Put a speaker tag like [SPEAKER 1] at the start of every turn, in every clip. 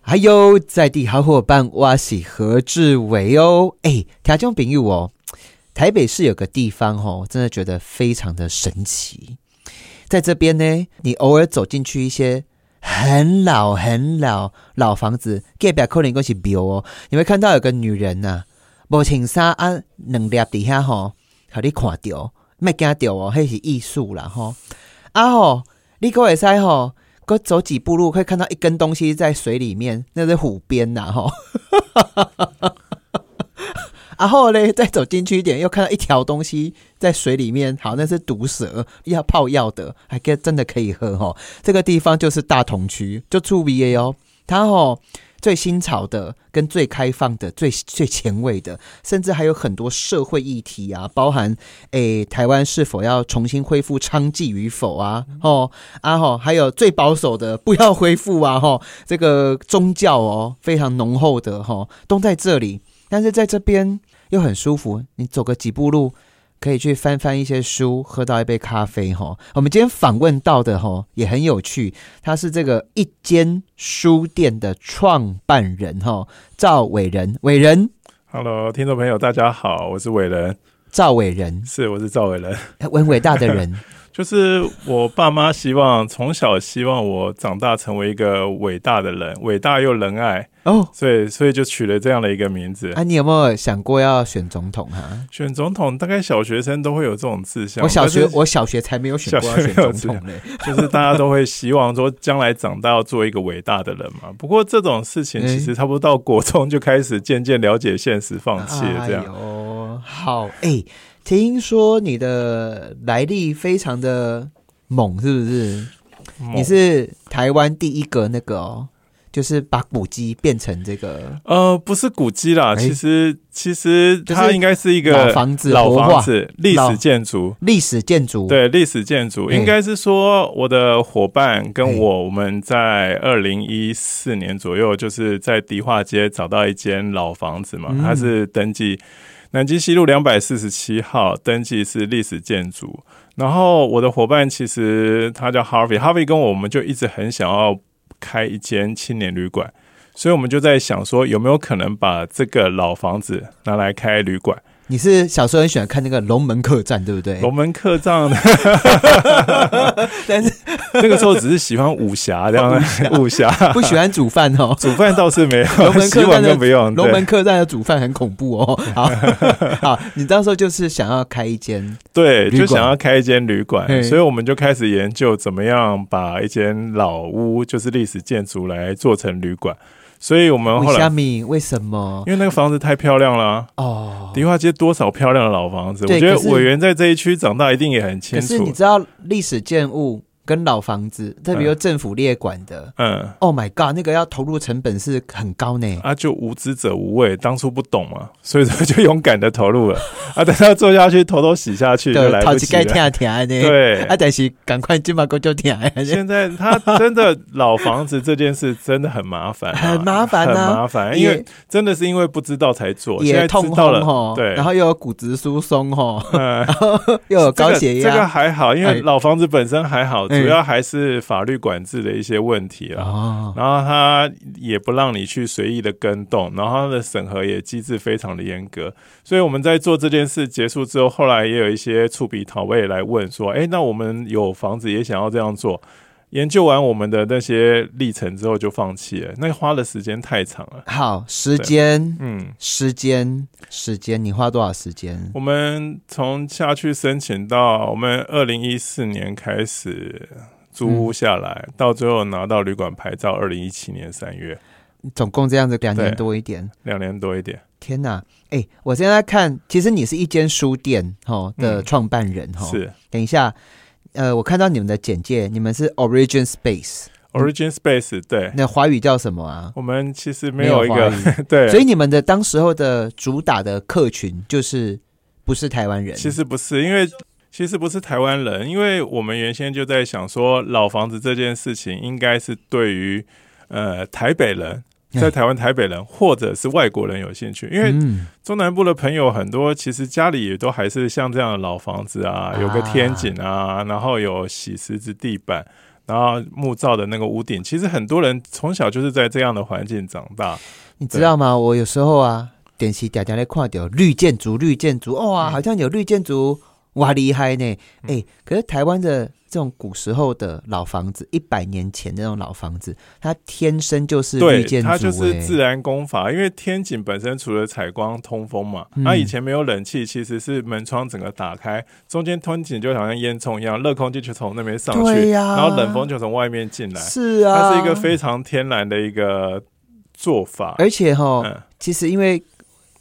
[SPEAKER 1] 还有在地好伙伴，我是何志伟哦。哎，条件饼友哦，台北市有个地方哦，真的觉得非常的神奇。在这边呢，你偶尔走进去一些很老很老老房子，隔壁可能都是庙哦，你会看到有个女人呐、啊，无穿衫啊，两粒底下吼，互你看到，莫惊到哦，迄是艺术啦吼。啊吼，你个会使吼。过走几步路，会看到一根东西在水里面，那是湖边呐、 吼。然啊后嘞，再走进去一点，又看到一条东西在水里面，好，那是毒蛇，要泡药的，还可以真的可以喝吼。这个地方就是大同区，就出 VA 哦，它吼最新潮的、跟最开放的、最最前卫的，甚至还有很多社会议题啊，包含诶台湾是否要重新恢复娼妓与否啊，哦啊吼，还有最保守的不要恢复啊，吼，这个宗教哦非常浓厚的吼，都在这里。但是在这边又很舒服，你走个几步路，可以去翻翻一些书，喝到一杯咖啡哈。我们今天访问到的哈也很有趣，他是这个一间书店的创办人哈，赵伟仁，伟仁，
[SPEAKER 2] Hello，听众朋友，大家好，我是伟人，
[SPEAKER 1] 赵伟仁，
[SPEAKER 2] 是我是赵伟人。
[SPEAKER 1] 很伟大的人，
[SPEAKER 2] 就是我爸妈希望从小希望我长大成为一个伟大的人，伟大又仁爱，
[SPEAKER 1] 哦。
[SPEAKER 2] 所以所以就取了这样的一个名字。
[SPEAKER 1] 啊，你有没有想过要选总统哈、啊？
[SPEAKER 2] 选总统，大概小学生都会有这种志向。
[SPEAKER 1] 我小学
[SPEAKER 2] 啊但是
[SPEAKER 1] 我小学才没有选过要选
[SPEAKER 2] 小学没有
[SPEAKER 1] 总统嘞，
[SPEAKER 2] 就是大家都会希望说，将来长大要做一个伟大的人嘛。不过这种事
[SPEAKER 1] 哎
[SPEAKER 2] 情其实差不多到国中就开始渐渐了解现实， 放弃了这样。
[SPEAKER 1] 哎呦，好哎、听说你的来历非常的猛，是不是？
[SPEAKER 2] 猛
[SPEAKER 1] 你是台湾第一个那个哦，就是把古迹变成这个
[SPEAKER 2] 呃，不是古迹啦，
[SPEAKER 1] 哎
[SPEAKER 2] 其实其实
[SPEAKER 1] 就是
[SPEAKER 2] 它应该是一个
[SPEAKER 1] 老房子
[SPEAKER 2] 老
[SPEAKER 1] 活化
[SPEAKER 2] 房子历
[SPEAKER 1] 老
[SPEAKER 2] 史建筑。
[SPEAKER 1] 历史建筑。，
[SPEAKER 2] 对历史建筑，
[SPEAKER 1] 哎
[SPEAKER 2] 应该是说我的伙伴
[SPEAKER 1] 哎
[SPEAKER 2] 跟我，我们在二零一四年左右，就是在迪化街找到一间老房子嘛
[SPEAKER 1] 嗯，
[SPEAKER 2] 它是登记南京西路两百四十七号，登记是历史建筑。然后我的伙伴其实他叫 Harvey，Harvey 跟我我们就一直很想要开一间青年旅馆，所以我们就在想说有没有可能把这个老房子拿来开旅馆。
[SPEAKER 1] 你是小时候很喜欢看那个《龙门客栈》，对不对？
[SPEAKER 2] 龙门客栈呢，
[SPEAKER 1] 但 是
[SPEAKER 2] 那个时候只是喜欢武侠这样， 武侠。
[SPEAKER 1] 不喜欢煮饭哦
[SPEAKER 2] 煮饭倒是没
[SPEAKER 1] 龙
[SPEAKER 2] 有，
[SPEAKER 1] 门客
[SPEAKER 2] 洗
[SPEAKER 1] 栈
[SPEAKER 2] 碗
[SPEAKER 1] 的
[SPEAKER 2] 更不 用。
[SPEAKER 1] 龙门
[SPEAKER 2] 嗯对
[SPEAKER 1] 客栈的煮饭很恐怖哦。好， 好，你到时候就是想要开一间，
[SPEAKER 2] 对，
[SPEAKER 1] 旅
[SPEAKER 2] 就
[SPEAKER 1] 馆
[SPEAKER 2] 想要开一间旅
[SPEAKER 1] 嘿
[SPEAKER 2] 馆，所以我们就开始研究怎么样把一间老屋，就是历史建筑来做成旅馆。所以我们后
[SPEAKER 1] 为
[SPEAKER 2] 来
[SPEAKER 1] 虾，米？为什么？
[SPEAKER 2] 因为那个房子太漂亮了啊，
[SPEAKER 1] 哦，
[SPEAKER 2] 迪化街多少漂亮的老房子，
[SPEAKER 1] 对
[SPEAKER 2] 我觉得
[SPEAKER 1] 可是
[SPEAKER 2] 委员在这一区长大一定也很清
[SPEAKER 1] 可是你
[SPEAKER 2] 楚。
[SPEAKER 1] 知道历史建物跟老房子，特别有政府列管的、
[SPEAKER 2] 嗯，
[SPEAKER 1] o h my god，那个要投入成本是很高 呢。
[SPEAKER 2] 啊，就无知者无畏，当初不懂嘛， 所以说就勇敢的投入了。啊，等到做下去，头都洗下去就来
[SPEAKER 1] 头
[SPEAKER 2] 不
[SPEAKER 1] 一
[SPEAKER 2] 及
[SPEAKER 1] 盖
[SPEAKER 2] 了。
[SPEAKER 1] 听听呢。，
[SPEAKER 2] 对，
[SPEAKER 1] 啊，但是赶快金马哥就听呢，
[SPEAKER 2] 现在他真的老房子这件事真的很麻烦啊、
[SPEAKER 1] 很麻烦啊
[SPEAKER 2] 很麻烦，因为真的是因为不知道才做，
[SPEAKER 1] 也
[SPEAKER 2] 现在
[SPEAKER 1] 也
[SPEAKER 2] 知
[SPEAKER 1] 痛
[SPEAKER 2] 道
[SPEAKER 1] 风
[SPEAKER 2] 了，
[SPEAKER 1] 吼，
[SPEAKER 2] 对
[SPEAKER 1] 然后又有骨质疏松 吼，
[SPEAKER 2] 嗯，
[SPEAKER 1] 又有 高血
[SPEAKER 2] 这个这个
[SPEAKER 1] 压。
[SPEAKER 2] 还好，因
[SPEAKER 1] 哎
[SPEAKER 2] 为老房子本身还好，
[SPEAKER 1] 哎
[SPEAKER 2] 主要还是法律管制的一些问题啊啦。
[SPEAKER 1] 哦，
[SPEAKER 2] 然后它也不让你去随意的跟动，然后它的审核也机制非常的严格，所以我们在做这件事结束之后，后来也有一些触笔讨位来问说，诶，那我们有房子也想要这样做，研究完我们的那些历程之后就放弃了，那花的时间太长了。
[SPEAKER 1] 好，时间，
[SPEAKER 2] 嗯，
[SPEAKER 1] 时间，时间，你花多少时间？
[SPEAKER 2] 我们从下去申请到我们二零一四年开始租屋下来，到最后拿到旅馆牌照，二零一七年三月，
[SPEAKER 1] 总共这样子两年
[SPEAKER 2] 对
[SPEAKER 1] 多一点。
[SPEAKER 2] 两年多一点。
[SPEAKER 1] 天呐，哎、我现在看，其实你是一间书店哦的
[SPEAKER 2] 嗯
[SPEAKER 1] 创办人哦。
[SPEAKER 2] 是
[SPEAKER 1] 等一下，呃，我看到你们的简介，你们是 Origin Space，
[SPEAKER 2] Origin Space 对，
[SPEAKER 1] 嗯那华语叫什么啊？
[SPEAKER 2] 我们其实哎没有一
[SPEAKER 1] 华
[SPEAKER 2] 个
[SPEAKER 1] 语，
[SPEAKER 2] 对，
[SPEAKER 1] 所以你们的当时候的主打的客群就是不是台湾人，
[SPEAKER 2] 其实不是，因为其实不是台湾人，因为我们原先就在想说，老房子这件事情应该是对于呃台北人。在台湾台北人或者是外国人有兴趣，因为
[SPEAKER 1] 嗯
[SPEAKER 2] 中南部的朋友很多，其实家里也都啊还是像这样的老房子啊，有个天井啊，然后有洗石子地板，然后木造的那个屋顶，其实很多人从小就是在这样的环境长大。
[SPEAKER 1] 你知道吗？我有时候啊，点起嗲嗲来看到绿建筑，绿建筑，哇、
[SPEAKER 2] 嗯
[SPEAKER 1] 好像有绿建筑，哇厉害呢！哎、
[SPEAKER 2] 嗯
[SPEAKER 1] 可是台湾的这种古时候的老房子，一百年前的那种老房子，它天生就是绿
[SPEAKER 2] 对
[SPEAKER 1] 建，筑、
[SPEAKER 2] 它就是
[SPEAKER 1] 哎
[SPEAKER 2] 自然工法，因为天井本身除了采光通风嘛，
[SPEAKER 1] 嗯
[SPEAKER 2] 那、以前没有冷气，其实是门窗整个打开，中间天井就好像烟囱一样，热空气就从那边上
[SPEAKER 1] 对
[SPEAKER 2] 去，
[SPEAKER 1] 呀、
[SPEAKER 2] 然后冷风就从外面进来，
[SPEAKER 1] 是啊，哎
[SPEAKER 2] 它是一个非常天然的一个做法。
[SPEAKER 1] 而且哈、
[SPEAKER 2] 嗯
[SPEAKER 1] 其实因为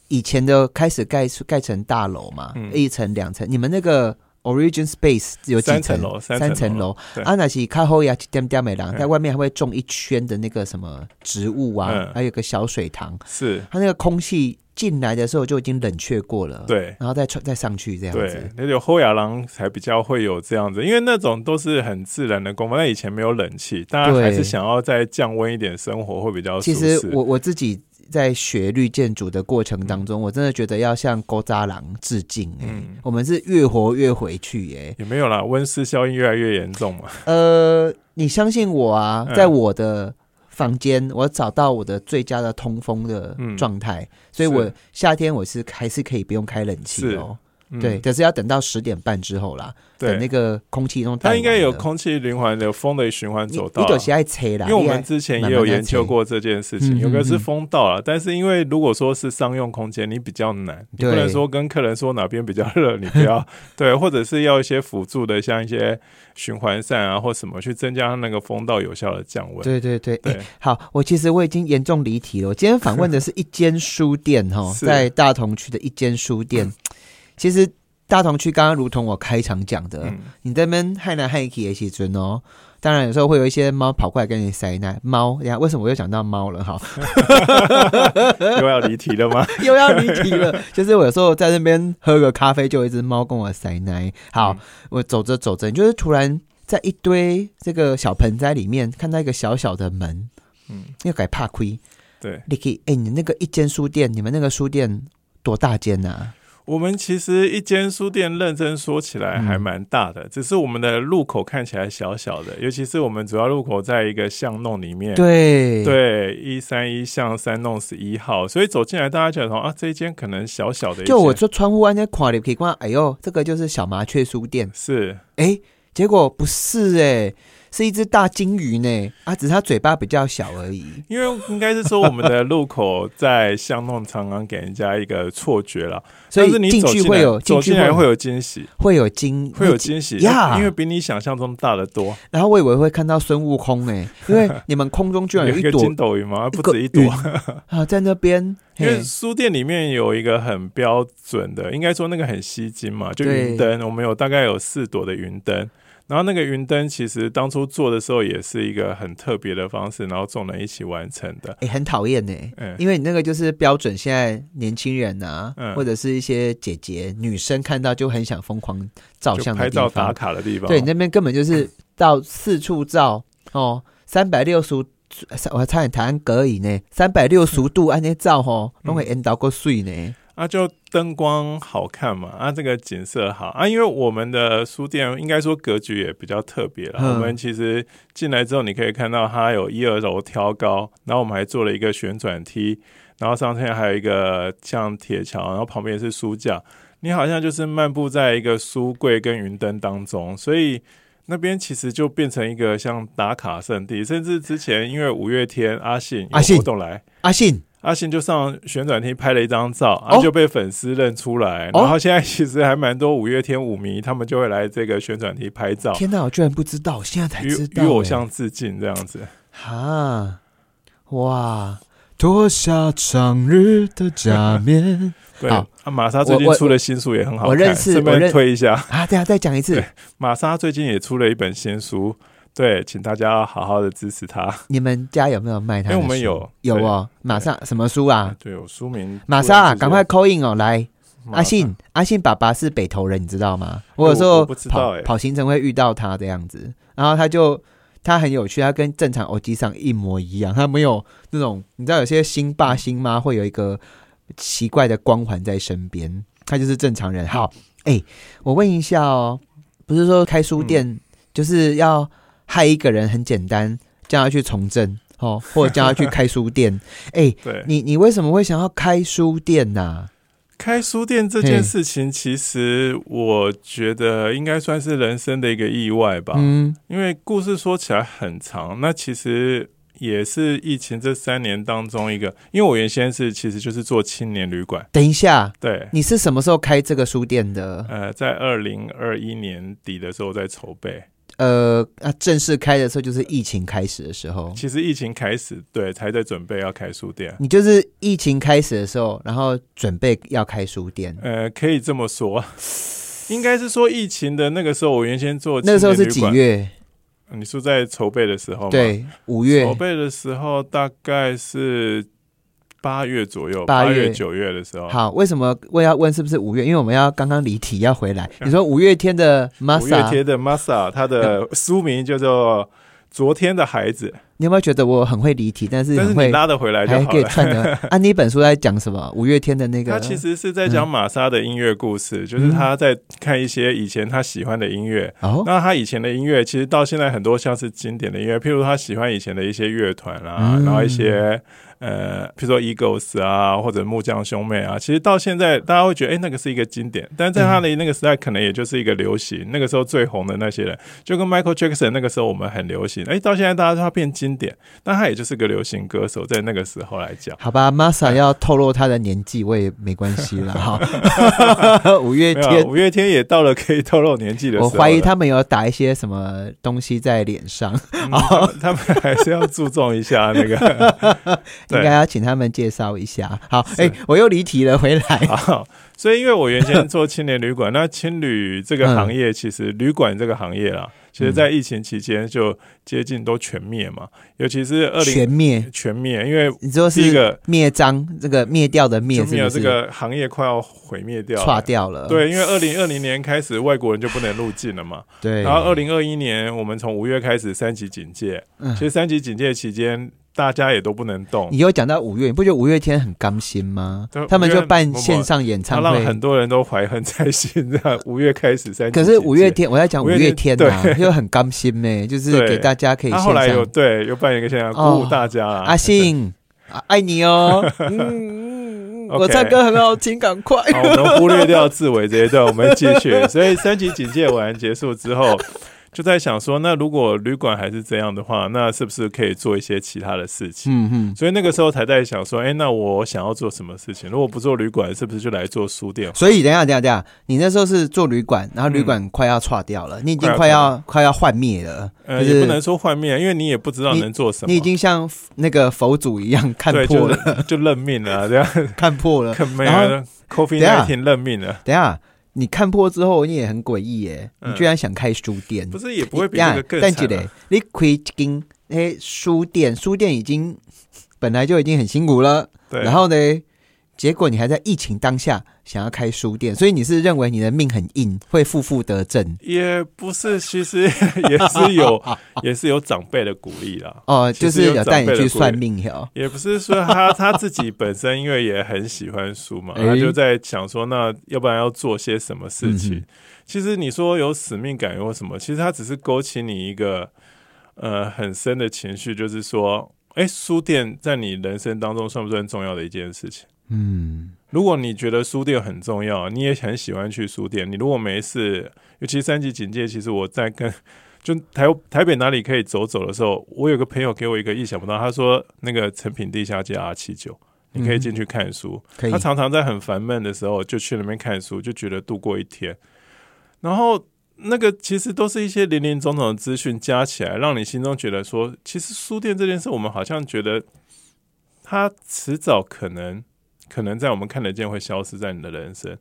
[SPEAKER 1] 以前的开始盖出盖成大楼嘛，
[SPEAKER 2] 嗯
[SPEAKER 1] 一层两层，你们那个 Origin Space 有几
[SPEAKER 2] 三层楼，
[SPEAKER 1] 三层
[SPEAKER 2] 层
[SPEAKER 1] 楼，
[SPEAKER 2] 对
[SPEAKER 1] 啊，那是靠后呀，一点点美郎，
[SPEAKER 2] 嗯
[SPEAKER 1] 在外面还会种一圈的那个什么植物啊，
[SPEAKER 2] 嗯
[SPEAKER 1] 还有个小水塘，
[SPEAKER 2] 是，
[SPEAKER 1] 它那个空气进来的时候就已经冷却过了，，
[SPEAKER 2] 对。
[SPEAKER 1] 然后再穿再上去哦这样
[SPEAKER 2] 对
[SPEAKER 1] 子，，
[SPEAKER 2] 那就后亚郎才比较会有这样子，因为那种都是很自然的工法。那以前没有冷气，大家
[SPEAKER 1] 对
[SPEAKER 2] 还是想要再降温一点，生活会比较舒
[SPEAKER 1] 其
[SPEAKER 2] 适。
[SPEAKER 1] 实我我自己。在学绿建筑的过程当中，我真的觉得要向勾扎郎致敬、哎、
[SPEAKER 2] 嗯
[SPEAKER 1] 我们是越活越回去、哎，
[SPEAKER 2] 也没有啦，温室效应越来越严重嘛。
[SPEAKER 1] 呃，你相信我啊，
[SPEAKER 2] 嗯
[SPEAKER 1] 在我的房间，我找到我的最佳的通风的
[SPEAKER 2] 嗯
[SPEAKER 1] 状态，所以我
[SPEAKER 2] 是
[SPEAKER 1] 夏天我是还是可以不用开冷气
[SPEAKER 2] 是
[SPEAKER 1] 哦。
[SPEAKER 2] 嗯
[SPEAKER 1] 对，但是要等到十点半之后啦，等那
[SPEAKER 2] 对，
[SPEAKER 1] 个空气弄。
[SPEAKER 2] 它应该有，空气循环的风的循环
[SPEAKER 1] 你
[SPEAKER 2] 走道
[SPEAKER 1] 你
[SPEAKER 2] 啊、
[SPEAKER 1] 都是爱吹啦，
[SPEAKER 2] 因为我
[SPEAKER 1] 你
[SPEAKER 2] 们
[SPEAKER 1] 爱
[SPEAKER 2] 之前也有研究过这件事
[SPEAKER 1] 慢
[SPEAKER 2] 情，
[SPEAKER 1] 慢地
[SPEAKER 2] 有个
[SPEAKER 1] 嗯嗯
[SPEAKER 2] 是
[SPEAKER 1] 嗯
[SPEAKER 2] 风道了，但是因为如果说是商用空间，你比较难，你
[SPEAKER 1] 对
[SPEAKER 2] 不能说跟客人说哪边比较热，你不 要对，或者是要一些辅助的，像一些循环扇啊或什么，去增加那个风道有效的降温。
[SPEAKER 1] 对对对，
[SPEAKER 2] 对
[SPEAKER 1] 诶好，我其实我已经严重离题了。我今天访问的是一间书店哈
[SPEAKER 2] ，是
[SPEAKER 1] 在大同区的一间书店。其实大同区刚刚如同我开场讲的，
[SPEAKER 2] 嗯，
[SPEAKER 1] 你在那边害来害去的时阵哦，当然有时候会有一些猫跑过来跟你塞奶。猫，等一下为什么我又讲到猫了？哈，
[SPEAKER 2] 又要离题了吗？
[SPEAKER 1] 又要离题了。 就是我有时候在那边喝个咖啡，就有一只猫跟我塞奶。好，
[SPEAKER 2] 嗯
[SPEAKER 1] 我走着走着，你就是突然在一堆这个小盆栽里面看到一个小小的门，
[SPEAKER 2] 嗯，
[SPEAKER 1] 要改怕亏。
[SPEAKER 2] 对，
[SPEAKER 1] 你可以，哎、你那个一间书店，你们那个书店多大间啊呐、
[SPEAKER 2] 我们其实一间书店，认真说起来还蛮大的，只是我们的入口看起来小小的，尤其是我们主要入口在一个巷弄里面。
[SPEAKER 1] 对，
[SPEAKER 2] 对，一三一巷三弄十一号，所以走进来大家觉得说啊，这一间可能小小的一间，
[SPEAKER 1] 就我这窗户外那看，你可以看，哎呦，这个就是小麻雀书店。
[SPEAKER 2] 是
[SPEAKER 1] 哎，结果不是哎、是一只大金鱼呢，啊，只是它嘴巴比较小而已。
[SPEAKER 2] 因为应该是说我们的入口在巷弄常常给人家一个错觉了，
[SPEAKER 1] 所以
[SPEAKER 2] 但是你
[SPEAKER 1] 进
[SPEAKER 2] 走
[SPEAKER 1] 去
[SPEAKER 2] 进
[SPEAKER 1] 会
[SPEAKER 2] 来
[SPEAKER 1] 有进
[SPEAKER 2] 走
[SPEAKER 1] 去
[SPEAKER 2] 进来会有惊喜，
[SPEAKER 1] 会有金
[SPEAKER 2] 会有，惊喜
[SPEAKER 1] 呀
[SPEAKER 2] 因为比你想象中大得多。
[SPEAKER 1] 然后我以为会看到孙悟空 哎、因为你们空中居然
[SPEAKER 2] 有
[SPEAKER 1] 有
[SPEAKER 2] 一
[SPEAKER 1] 啊一
[SPEAKER 2] 个
[SPEAKER 1] 朵
[SPEAKER 2] 筋斗云嘛，
[SPEAKER 1] 一
[SPEAKER 2] 不
[SPEAKER 1] 个
[SPEAKER 2] 止一朵
[SPEAKER 1] 云，啊，在那边， 嘿
[SPEAKER 2] 因为书店里面有一个很标准的，应该说那个很吸睛嘛，就
[SPEAKER 1] 对
[SPEAKER 2] 云灯，我们有大概有四朵的云灯。然后那个云灯其实当初做的时候也是一个很特别的方式，然后众人一起完成的。
[SPEAKER 1] 哎、很讨厌呢、
[SPEAKER 2] 嗯，
[SPEAKER 1] 因为你那个就是标准，现在年轻人啊，
[SPEAKER 2] 嗯
[SPEAKER 1] 或者是一些姐姐、女生看到就很想疯狂照
[SPEAKER 2] 就
[SPEAKER 1] 相
[SPEAKER 2] 拍
[SPEAKER 1] 的
[SPEAKER 2] 照
[SPEAKER 1] 地
[SPEAKER 2] 打
[SPEAKER 1] 方，
[SPEAKER 2] 卡的地方。
[SPEAKER 1] 对，那边根本 就是到四处照哦，三百六十，我差点台湾隔以呢，三百六十度按那照吼，
[SPEAKER 2] 嗯
[SPEAKER 1] 拢会引导过水呢。
[SPEAKER 2] 啊，就灯光好看嘛，啊，这个景色好啊，因为我们的书店应该说格局也比较特别啦。
[SPEAKER 1] 嗯
[SPEAKER 2] 我们其实进来之后，你可以看到它有一二楼挑高，然后我们还做了一个旋转梯，然后上面还有一个像铁桥，然后旁边是书架，你好像就是漫步在一个书柜跟云灯当中，所以。那边其实就变成一个像打卡圣地，甚至之前因为五月天阿信
[SPEAKER 1] 阿
[SPEAKER 2] 有
[SPEAKER 1] 信
[SPEAKER 2] 活动来，
[SPEAKER 1] 阿信，
[SPEAKER 2] 阿信就上旋转梯拍了一张照，
[SPEAKER 1] 哦
[SPEAKER 2] 啊、就被粉丝认出来。
[SPEAKER 1] 哦
[SPEAKER 2] 然后现在其实还蛮多五月天舞迷，他们就会来这个旋转梯拍照，
[SPEAKER 1] 天哪，我居然不知道，我现在才
[SPEAKER 2] 与
[SPEAKER 1] 知道、
[SPEAKER 2] 哦与偶像致敬这样子。
[SPEAKER 1] 哈，哇，脱下长日的假 面
[SPEAKER 2] 对，
[SPEAKER 1] 好
[SPEAKER 2] 啊，玛莎最近出的新书也很好看，
[SPEAKER 1] 我认识
[SPEAKER 2] 顺
[SPEAKER 1] 我
[SPEAKER 2] 便
[SPEAKER 1] 认
[SPEAKER 2] 推一下。
[SPEAKER 1] 啊！等一下再讲一次
[SPEAKER 2] 对，玛莎最近也出了一本新书，对，请大家好好的支持她。
[SPEAKER 1] 你们家有没有卖它的书？
[SPEAKER 2] 因哎为我们有
[SPEAKER 1] 有哦，马上什么书啊？
[SPEAKER 2] 对，有书名。
[SPEAKER 1] 玛莎啊，赶快 call in 哦，来，
[SPEAKER 2] 马莎！
[SPEAKER 1] 阿信，阿信爸爸是北投人，你知道吗？我有时
[SPEAKER 2] 哎我
[SPEAKER 1] 候
[SPEAKER 2] 我不知道
[SPEAKER 1] 跑、
[SPEAKER 2] 欸
[SPEAKER 1] 跑行程会遇到他这样子，然后他就他很有趣，他跟正常欧基上一模一样，他没有那种你知道有些星爸星妈会有一个奇怪的光环在身边，他就是正常人。
[SPEAKER 2] 嗯
[SPEAKER 1] 好，哎、我问一下哦，不是说开书店、就是要害一个人很简单，叫他去从政哦，或者叫他去开书 店。哎、
[SPEAKER 2] 对，
[SPEAKER 1] 你你为什么会想要开书店啊呐、
[SPEAKER 2] 开书店这件事情，其实我觉得应该算是人生的一个意外吧。
[SPEAKER 1] 嗯，
[SPEAKER 2] 因为故事说起来很长，那其实也是疫情这三年当中一个，因为我原先是其实就是做青年旅馆，
[SPEAKER 1] 等一下，
[SPEAKER 2] 对，
[SPEAKER 1] 你是什么时候开这个书店的？
[SPEAKER 2] 呃，在二零二一年底的时候在筹备，
[SPEAKER 1] 呃，啊，正式开的时候就是疫情开始的时候。
[SPEAKER 2] 其实疫情开始，对，才在准备要开书店，
[SPEAKER 1] 你就是疫情开始的时候，然后准备要开书店，
[SPEAKER 2] 呃，可以这么说，应该是说疫情的那个时候，我原先做
[SPEAKER 1] 那时候是
[SPEAKER 2] 青
[SPEAKER 1] 几
[SPEAKER 2] 年旅馆？
[SPEAKER 1] 月？
[SPEAKER 2] 你说在筹备的时候吗？，
[SPEAKER 1] 对，五月
[SPEAKER 2] 筹。备的时候大概是八月左右，
[SPEAKER 1] 八
[SPEAKER 2] 八
[SPEAKER 1] 月
[SPEAKER 2] 月九月的时候。
[SPEAKER 1] 好，为什么我要问是不是五月？因为我们要刚刚离题要回 来。你说五月天的
[SPEAKER 2] 五月
[SPEAKER 1] Masa，
[SPEAKER 2] 天的 Masa，他的书名叫做《昨天的孩子》，
[SPEAKER 1] 你有没有觉得我很会离题，但 是
[SPEAKER 2] 但是
[SPEAKER 1] 很
[SPEAKER 2] 你
[SPEAKER 1] 会
[SPEAKER 2] 拉得回来就
[SPEAKER 1] 还
[SPEAKER 2] 好
[SPEAKER 1] 可以
[SPEAKER 2] 了。
[SPEAKER 1] 串 的？啊，你本书在讲什么？五月天的那个嗯
[SPEAKER 2] 他其实是在讲玛莎的音乐故事，就是他在看一些以前他喜欢的音乐。
[SPEAKER 1] 哦，
[SPEAKER 2] 那他以前的音乐，其实到现在很多像是经典的音乐，譬如他喜欢以前的一些乐团啦，
[SPEAKER 1] 嗯
[SPEAKER 2] 然后一些呃，譬如说 Eagles 啊，或者木匠兄妹啊，其实到现在大家会觉得，哎、那个是一个经典，但在他的那个时代，可能也就是一个流行，那个时候最红的那些人，就跟 Michael Jackson 那个时候我们很流行，哎、到现在大家说他变经典，那他也就是个流行歌手，在那个时候来讲。
[SPEAKER 1] 好吧，Masa
[SPEAKER 2] 哎
[SPEAKER 1] 要透露他的年纪，我也没关系 啦。哈。 五月
[SPEAKER 2] 没有啊，
[SPEAKER 1] 天，
[SPEAKER 2] 五月天也到了可以透露年纪的时候
[SPEAKER 1] 我
[SPEAKER 2] 了。
[SPEAKER 1] 怀疑他们有打一些什么东西在脸上，
[SPEAKER 2] 嗯他们他们还是要注重一下那个。对
[SPEAKER 1] 应该要请他们介绍一下。好，哎、我又离题了，回来。
[SPEAKER 2] 好，所以因为我原先做青年旅馆， 那青旅这个行业，其实旅馆这个行业
[SPEAKER 1] 嗯
[SPEAKER 2] 啦，其实在疫情期间就接近都全灭嘛，尤其是二零
[SPEAKER 1] 全灭，
[SPEAKER 2] 全灭，因为
[SPEAKER 1] 你说
[SPEAKER 2] 第一
[SPEAKER 1] 是
[SPEAKER 2] 个
[SPEAKER 1] 灭张这个灭掉的灭
[SPEAKER 2] 就是没有
[SPEAKER 1] 不
[SPEAKER 2] 这
[SPEAKER 1] 是？
[SPEAKER 2] 个行业快要毁灭掉了
[SPEAKER 1] 垮掉了。
[SPEAKER 2] 对，因为二零二零年开始外国人就不能入境了嘛，
[SPEAKER 1] 对，
[SPEAKER 2] 然后二零二一年我们从五月开始三级警戒，
[SPEAKER 1] 嗯
[SPEAKER 2] 其实三级警戒期间大家也都不能动
[SPEAKER 1] 你，又讲到五月，你不觉得五月天很甘心吗
[SPEAKER 2] 对？
[SPEAKER 1] 他们
[SPEAKER 2] 五
[SPEAKER 1] 就
[SPEAKER 2] 月
[SPEAKER 1] 办线上演
[SPEAKER 2] 他
[SPEAKER 1] 唱
[SPEAKER 2] 让
[SPEAKER 1] 会
[SPEAKER 2] 很，多人都怀恨在心。这样五月开始三级
[SPEAKER 1] 可
[SPEAKER 2] 警戒，
[SPEAKER 1] 是五月天，我在讲五
[SPEAKER 2] 五月
[SPEAKER 1] 月天
[SPEAKER 2] 天
[SPEAKER 1] 呐，就很甘心呢，就是
[SPEAKER 2] 对
[SPEAKER 1] 给大家可以
[SPEAKER 2] 他
[SPEAKER 1] 线
[SPEAKER 2] 后来有
[SPEAKER 1] 上。
[SPEAKER 2] 对有办一个现象，
[SPEAKER 1] 哦
[SPEAKER 2] 鼓舞大家啦。
[SPEAKER 1] 阿信，啊爱你哦，嗯嗯嗯，我
[SPEAKER 2] OK
[SPEAKER 1] 唱歌很好听，赶快。
[SPEAKER 2] 好，我们忽略掉志伟这一段，我们继续。所以三级警戒完结束之后，就在想说，那如果旅馆还是这样的话，那是不是可以做一些其他的事情？
[SPEAKER 1] 嗯嗯，
[SPEAKER 2] 所以那个时候才在想说，哎、那我想要做什么事情？如果不做旅馆，是不是就来做书店？
[SPEAKER 1] 所以等一下等一下等一下，你那时候是做旅馆，然后旅馆快要垮掉
[SPEAKER 2] 嗯
[SPEAKER 1] 了，你已经快要快要幻灭了，
[SPEAKER 2] 呃，
[SPEAKER 1] 就是
[SPEAKER 2] 也不能说幻灭，因为你也不知道
[SPEAKER 1] 你
[SPEAKER 2] 能做什么。
[SPEAKER 1] 你已经像那个佛祖一样看
[SPEAKER 2] 对，
[SPEAKER 1] 破
[SPEAKER 2] 就
[SPEAKER 1] 了，
[SPEAKER 2] 认 就认命 了，这样
[SPEAKER 1] 看破了。
[SPEAKER 2] 可没有
[SPEAKER 1] 然后
[SPEAKER 2] COVID
[SPEAKER 1] 下
[SPEAKER 2] nineteen 认命了，
[SPEAKER 1] 等一下，你看破之后，你也很诡异耶，
[SPEAKER 2] 嗯
[SPEAKER 1] 你居然想开书店，
[SPEAKER 2] 不是也不会比
[SPEAKER 1] 你
[SPEAKER 2] 这个更
[SPEAKER 1] 等一下
[SPEAKER 2] 惨
[SPEAKER 1] 等一
[SPEAKER 2] 啊
[SPEAKER 1] 下你开一间诶书店，书店已经本来就已经很辛苦了，
[SPEAKER 2] 对，
[SPEAKER 1] 然后呢，结果你还在疫情当下想要开书店，所以你是认为你的命很硬，会负负得正
[SPEAKER 2] 也不是，其实 也是 有，也是有长辈的鼓励啦。
[SPEAKER 1] 哦，
[SPEAKER 2] 其
[SPEAKER 1] 就
[SPEAKER 2] 实
[SPEAKER 1] 是
[SPEAKER 2] 有
[SPEAKER 1] 有
[SPEAKER 2] 长
[SPEAKER 1] 带
[SPEAKER 2] 辈的
[SPEAKER 1] 你去
[SPEAKER 2] 顾虑
[SPEAKER 1] 算命哟。
[SPEAKER 2] 也不是说他 他自己本身因为也很喜欢书嘛，
[SPEAKER 1] 哎
[SPEAKER 2] 他就在想说，那要不然要做些什么事情？
[SPEAKER 1] 嗯哼
[SPEAKER 2] 其实你说有使命感或什么，其实他只是勾起你一个呃很深的情绪，就是说，哎，书店在你人生当中算不算重要的一件事情？
[SPEAKER 1] 嗯，
[SPEAKER 2] 如果你觉得书店很重要，你也很喜欢去书店，你如果没事，尤其三级警戒，其实我在跟就台台北哪里可以走走的时候，我有个朋友给我一个意想不到，他说那个成品地下街 R 七九，你可以进去看书。
[SPEAKER 1] 可以
[SPEAKER 2] 他。常常在很烦闷的时候就去那边看书，就觉得度过一天。然后那个其实都是一些零零总总的资讯加起来，让你心中觉得说，其实书店这件事，我们好像觉得它迟早可能可能在我们看得见会消失在你的人生，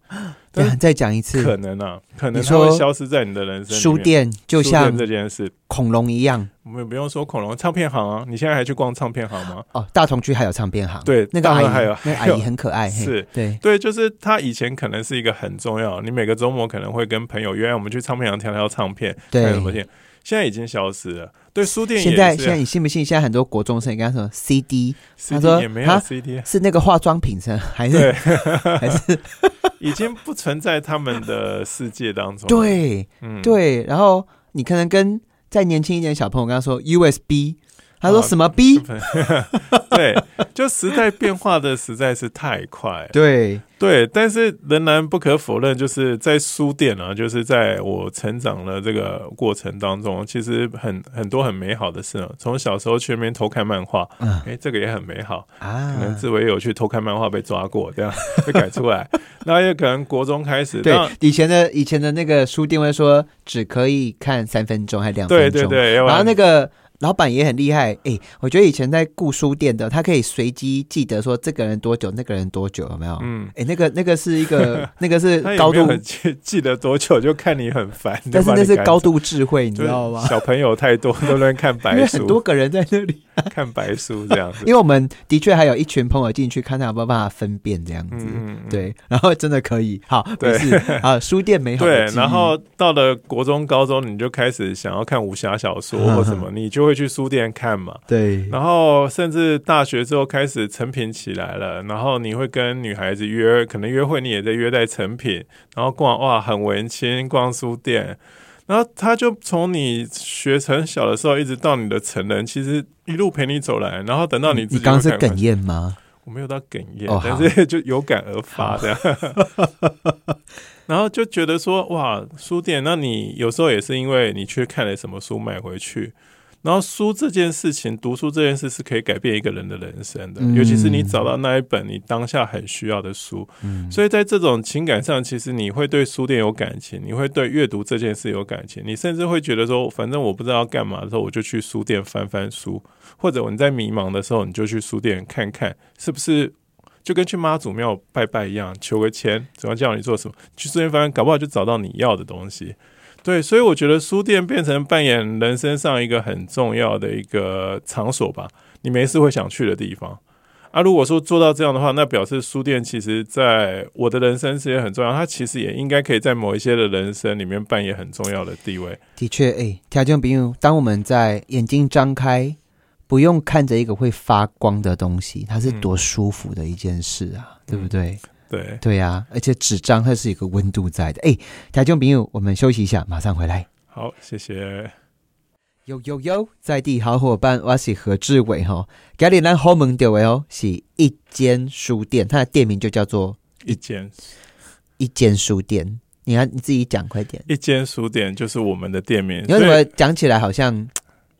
[SPEAKER 1] 等一下再讲一次，
[SPEAKER 2] 可能啊，可能
[SPEAKER 1] 你
[SPEAKER 2] 它
[SPEAKER 1] 说
[SPEAKER 2] 会消失在你的人生里面。
[SPEAKER 1] 书店就
[SPEAKER 2] 书
[SPEAKER 1] 像
[SPEAKER 2] 店这件事，
[SPEAKER 1] 恐龙一样
[SPEAKER 2] 我们也不用说恐龙唱片行啊，你现在还去逛唱片行吗？
[SPEAKER 1] 哦。大同区还有唱片行，，
[SPEAKER 2] 对，
[SPEAKER 1] 那个
[SPEAKER 2] 当
[SPEAKER 1] 阿姨，
[SPEAKER 2] 然还有
[SPEAKER 1] 那个阿
[SPEAKER 2] 还有
[SPEAKER 1] 姨很可爱，嘿
[SPEAKER 2] 是
[SPEAKER 1] 对，
[SPEAKER 2] 对，就是他以前可能是一个很重要，你每个周末可能会跟朋友约，哎我们去唱片行挑挑唱片，
[SPEAKER 1] 对
[SPEAKER 2] 看什么片，现在已经消失了。对，书店也
[SPEAKER 1] 现在
[SPEAKER 2] 是啊
[SPEAKER 1] 现在你信不信？现在很多国中生跟他说 CD 他
[SPEAKER 2] CD
[SPEAKER 1] 说
[SPEAKER 2] 也没
[SPEAKER 1] 啊
[SPEAKER 2] 有 CD，
[SPEAKER 1] 是那个化妆品是还是
[SPEAKER 2] 对，
[SPEAKER 1] 还是
[SPEAKER 2] 已经不存在他们的世界当中。，
[SPEAKER 1] 对
[SPEAKER 2] 嗯，
[SPEAKER 1] 对，然后你可能跟再年轻一点小朋友跟他说 USB，他说
[SPEAKER 2] 啊
[SPEAKER 1] 什么 B？、
[SPEAKER 2] 对，就时代变化的实在是太快。
[SPEAKER 1] 对，
[SPEAKER 2] 对，但是仍然不可否认，就是在书店啊，就是在我成长的这个过程当中，其实很很多很美好的事、啊。从小时候去那边偷看漫画，
[SPEAKER 1] 嗯
[SPEAKER 2] 哎、这个也很美好。可能
[SPEAKER 1] 啊，
[SPEAKER 2] 志伟有去偷看漫画被抓过，这样被改出来。那也可能国中开始，
[SPEAKER 1] 对
[SPEAKER 2] 那，
[SPEAKER 1] 以前的以前的那个书店会说只可以看三分钟还两分
[SPEAKER 2] 对
[SPEAKER 1] 钟，
[SPEAKER 2] 对对，要不
[SPEAKER 1] 然后那
[SPEAKER 2] 然
[SPEAKER 1] 个老板也很厉害，哎、我觉得以前在雇书店的，他可以随机记得说这个人多久，那个人多久，有没有？
[SPEAKER 2] 嗯，
[SPEAKER 1] 哎、那个那个是一 个那个是
[SPEAKER 2] 他也
[SPEAKER 1] 高
[SPEAKER 2] 没有
[SPEAKER 1] 度，
[SPEAKER 2] 很记记得多久，就看你很烦。就
[SPEAKER 1] 但是
[SPEAKER 2] 把
[SPEAKER 1] 那
[SPEAKER 2] 你
[SPEAKER 1] 是
[SPEAKER 2] 赶
[SPEAKER 1] 高
[SPEAKER 2] 走，
[SPEAKER 1] 度智慧，你
[SPEAKER 2] 就
[SPEAKER 1] 知
[SPEAKER 2] 是
[SPEAKER 1] 道吗？
[SPEAKER 2] 小朋友太多，都在看
[SPEAKER 1] 因
[SPEAKER 2] 白
[SPEAKER 1] 为很多
[SPEAKER 2] 书，
[SPEAKER 1] 个人在那里，
[SPEAKER 2] 看白书这样子。
[SPEAKER 1] 因为我们的确还有一群朋友进去看他有没有办法分辨这样子，
[SPEAKER 2] 嗯嗯，嗯。
[SPEAKER 1] 对，然后真的可以，好，没
[SPEAKER 2] 对
[SPEAKER 1] 事啊，书店美 好
[SPEAKER 2] 对
[SPEAKER 1] 的，记忆
[SPEAKER 2] 然后到了国中、高中，你就开始想要看武侠小说
[SPEAKER 1] 嗯
[SPEAKER 2] 或什么，你就会去书店看嘛。
[SPEAKER 1] 对，
[SPEAKER 2] 然后甚至大学之后开始成品起来了，然后你会跟女孩子约，可能约会你也在约在成品，然后逛哇很文青，逛书店，然后他就从你学很小的时候一直到你的成人，其实一路陪你走来，然后等到你自己
[SPEAKER 1] 你刚刚
[SPEAKER 2] 会
[SPEAKER 1] 是
[SPEAKER 2] 感
[SPEAKER 1] 哽咽吗？
[SPEAKER 2] 我没有到哽咽，
[SPEAKER 1] 哦好
[SPEAKER 2] 但是就有感而发这样。 然后就觉得说，哇，书店，那你有时候也是因为你去看了什么书买回去，然后书这件事情，读书这件事是可以改变一个人的人生的，
[SPEAKER 1] 嗯
[SPEAKER 2] 尤其是你找到那一本你当下很需要的书，
[SPEAKER 1] 嗯，
[SPEAKER 2] 所以在这种情感上，其实你会对书店有感情，你会对阅读这件事有感情，你甚至会觉得说，反正我不知道要干嘛的时候，我就去书店翻翻书，或者你在迷茫的时候，你就去书店看看，是不是就跟去妈祖庙拜拜一样，求个签，怎么叫你做什么，去书店翻翻，搞不好就找到你要的东西。对，所以我觉得书店变成扮演人身上一个很重要的一个场所吧，你没事会想去的地方。啊，如果说做到这样的话，那表示书店其实在我的人生是也很重要，它其实也应该可以在某一些的人生里面扮演很重要的地位。
[SPEAKER 1] 的确，哎、条件朋友，当我们在眼睛张开，不用看着一个会发光的东西，它是多舒服的一件事啊，
[SPEAKER 2] 嗯
[SPEAKER 1] 对不对？
[SPEAKER 2] 对，
[SPEAKER 1] 对啊，而且纸张它是有个温度在的。哎、条件朋友，我们休息一下，马上回来。
[SPEAKER 2] 好，谢谢。
[SPEAKER 1] 有有有，在地好伙伴，我是何志伟哈。今日咱后门到的哦，是一间书店，它的店名就叫做
[SPEAKER 2] 一间
[SPEAKER 1] 一间书店。你看你自己讲快点，
[SPEAKER 2] 一间书店就是我们的店名，
[SPEAKER 1] 你为什
[SPEAKER 2] 所
[SPEAKER 1] 么
[SPEAKER 2] 以
[SPEAKER 1] 讲起来好像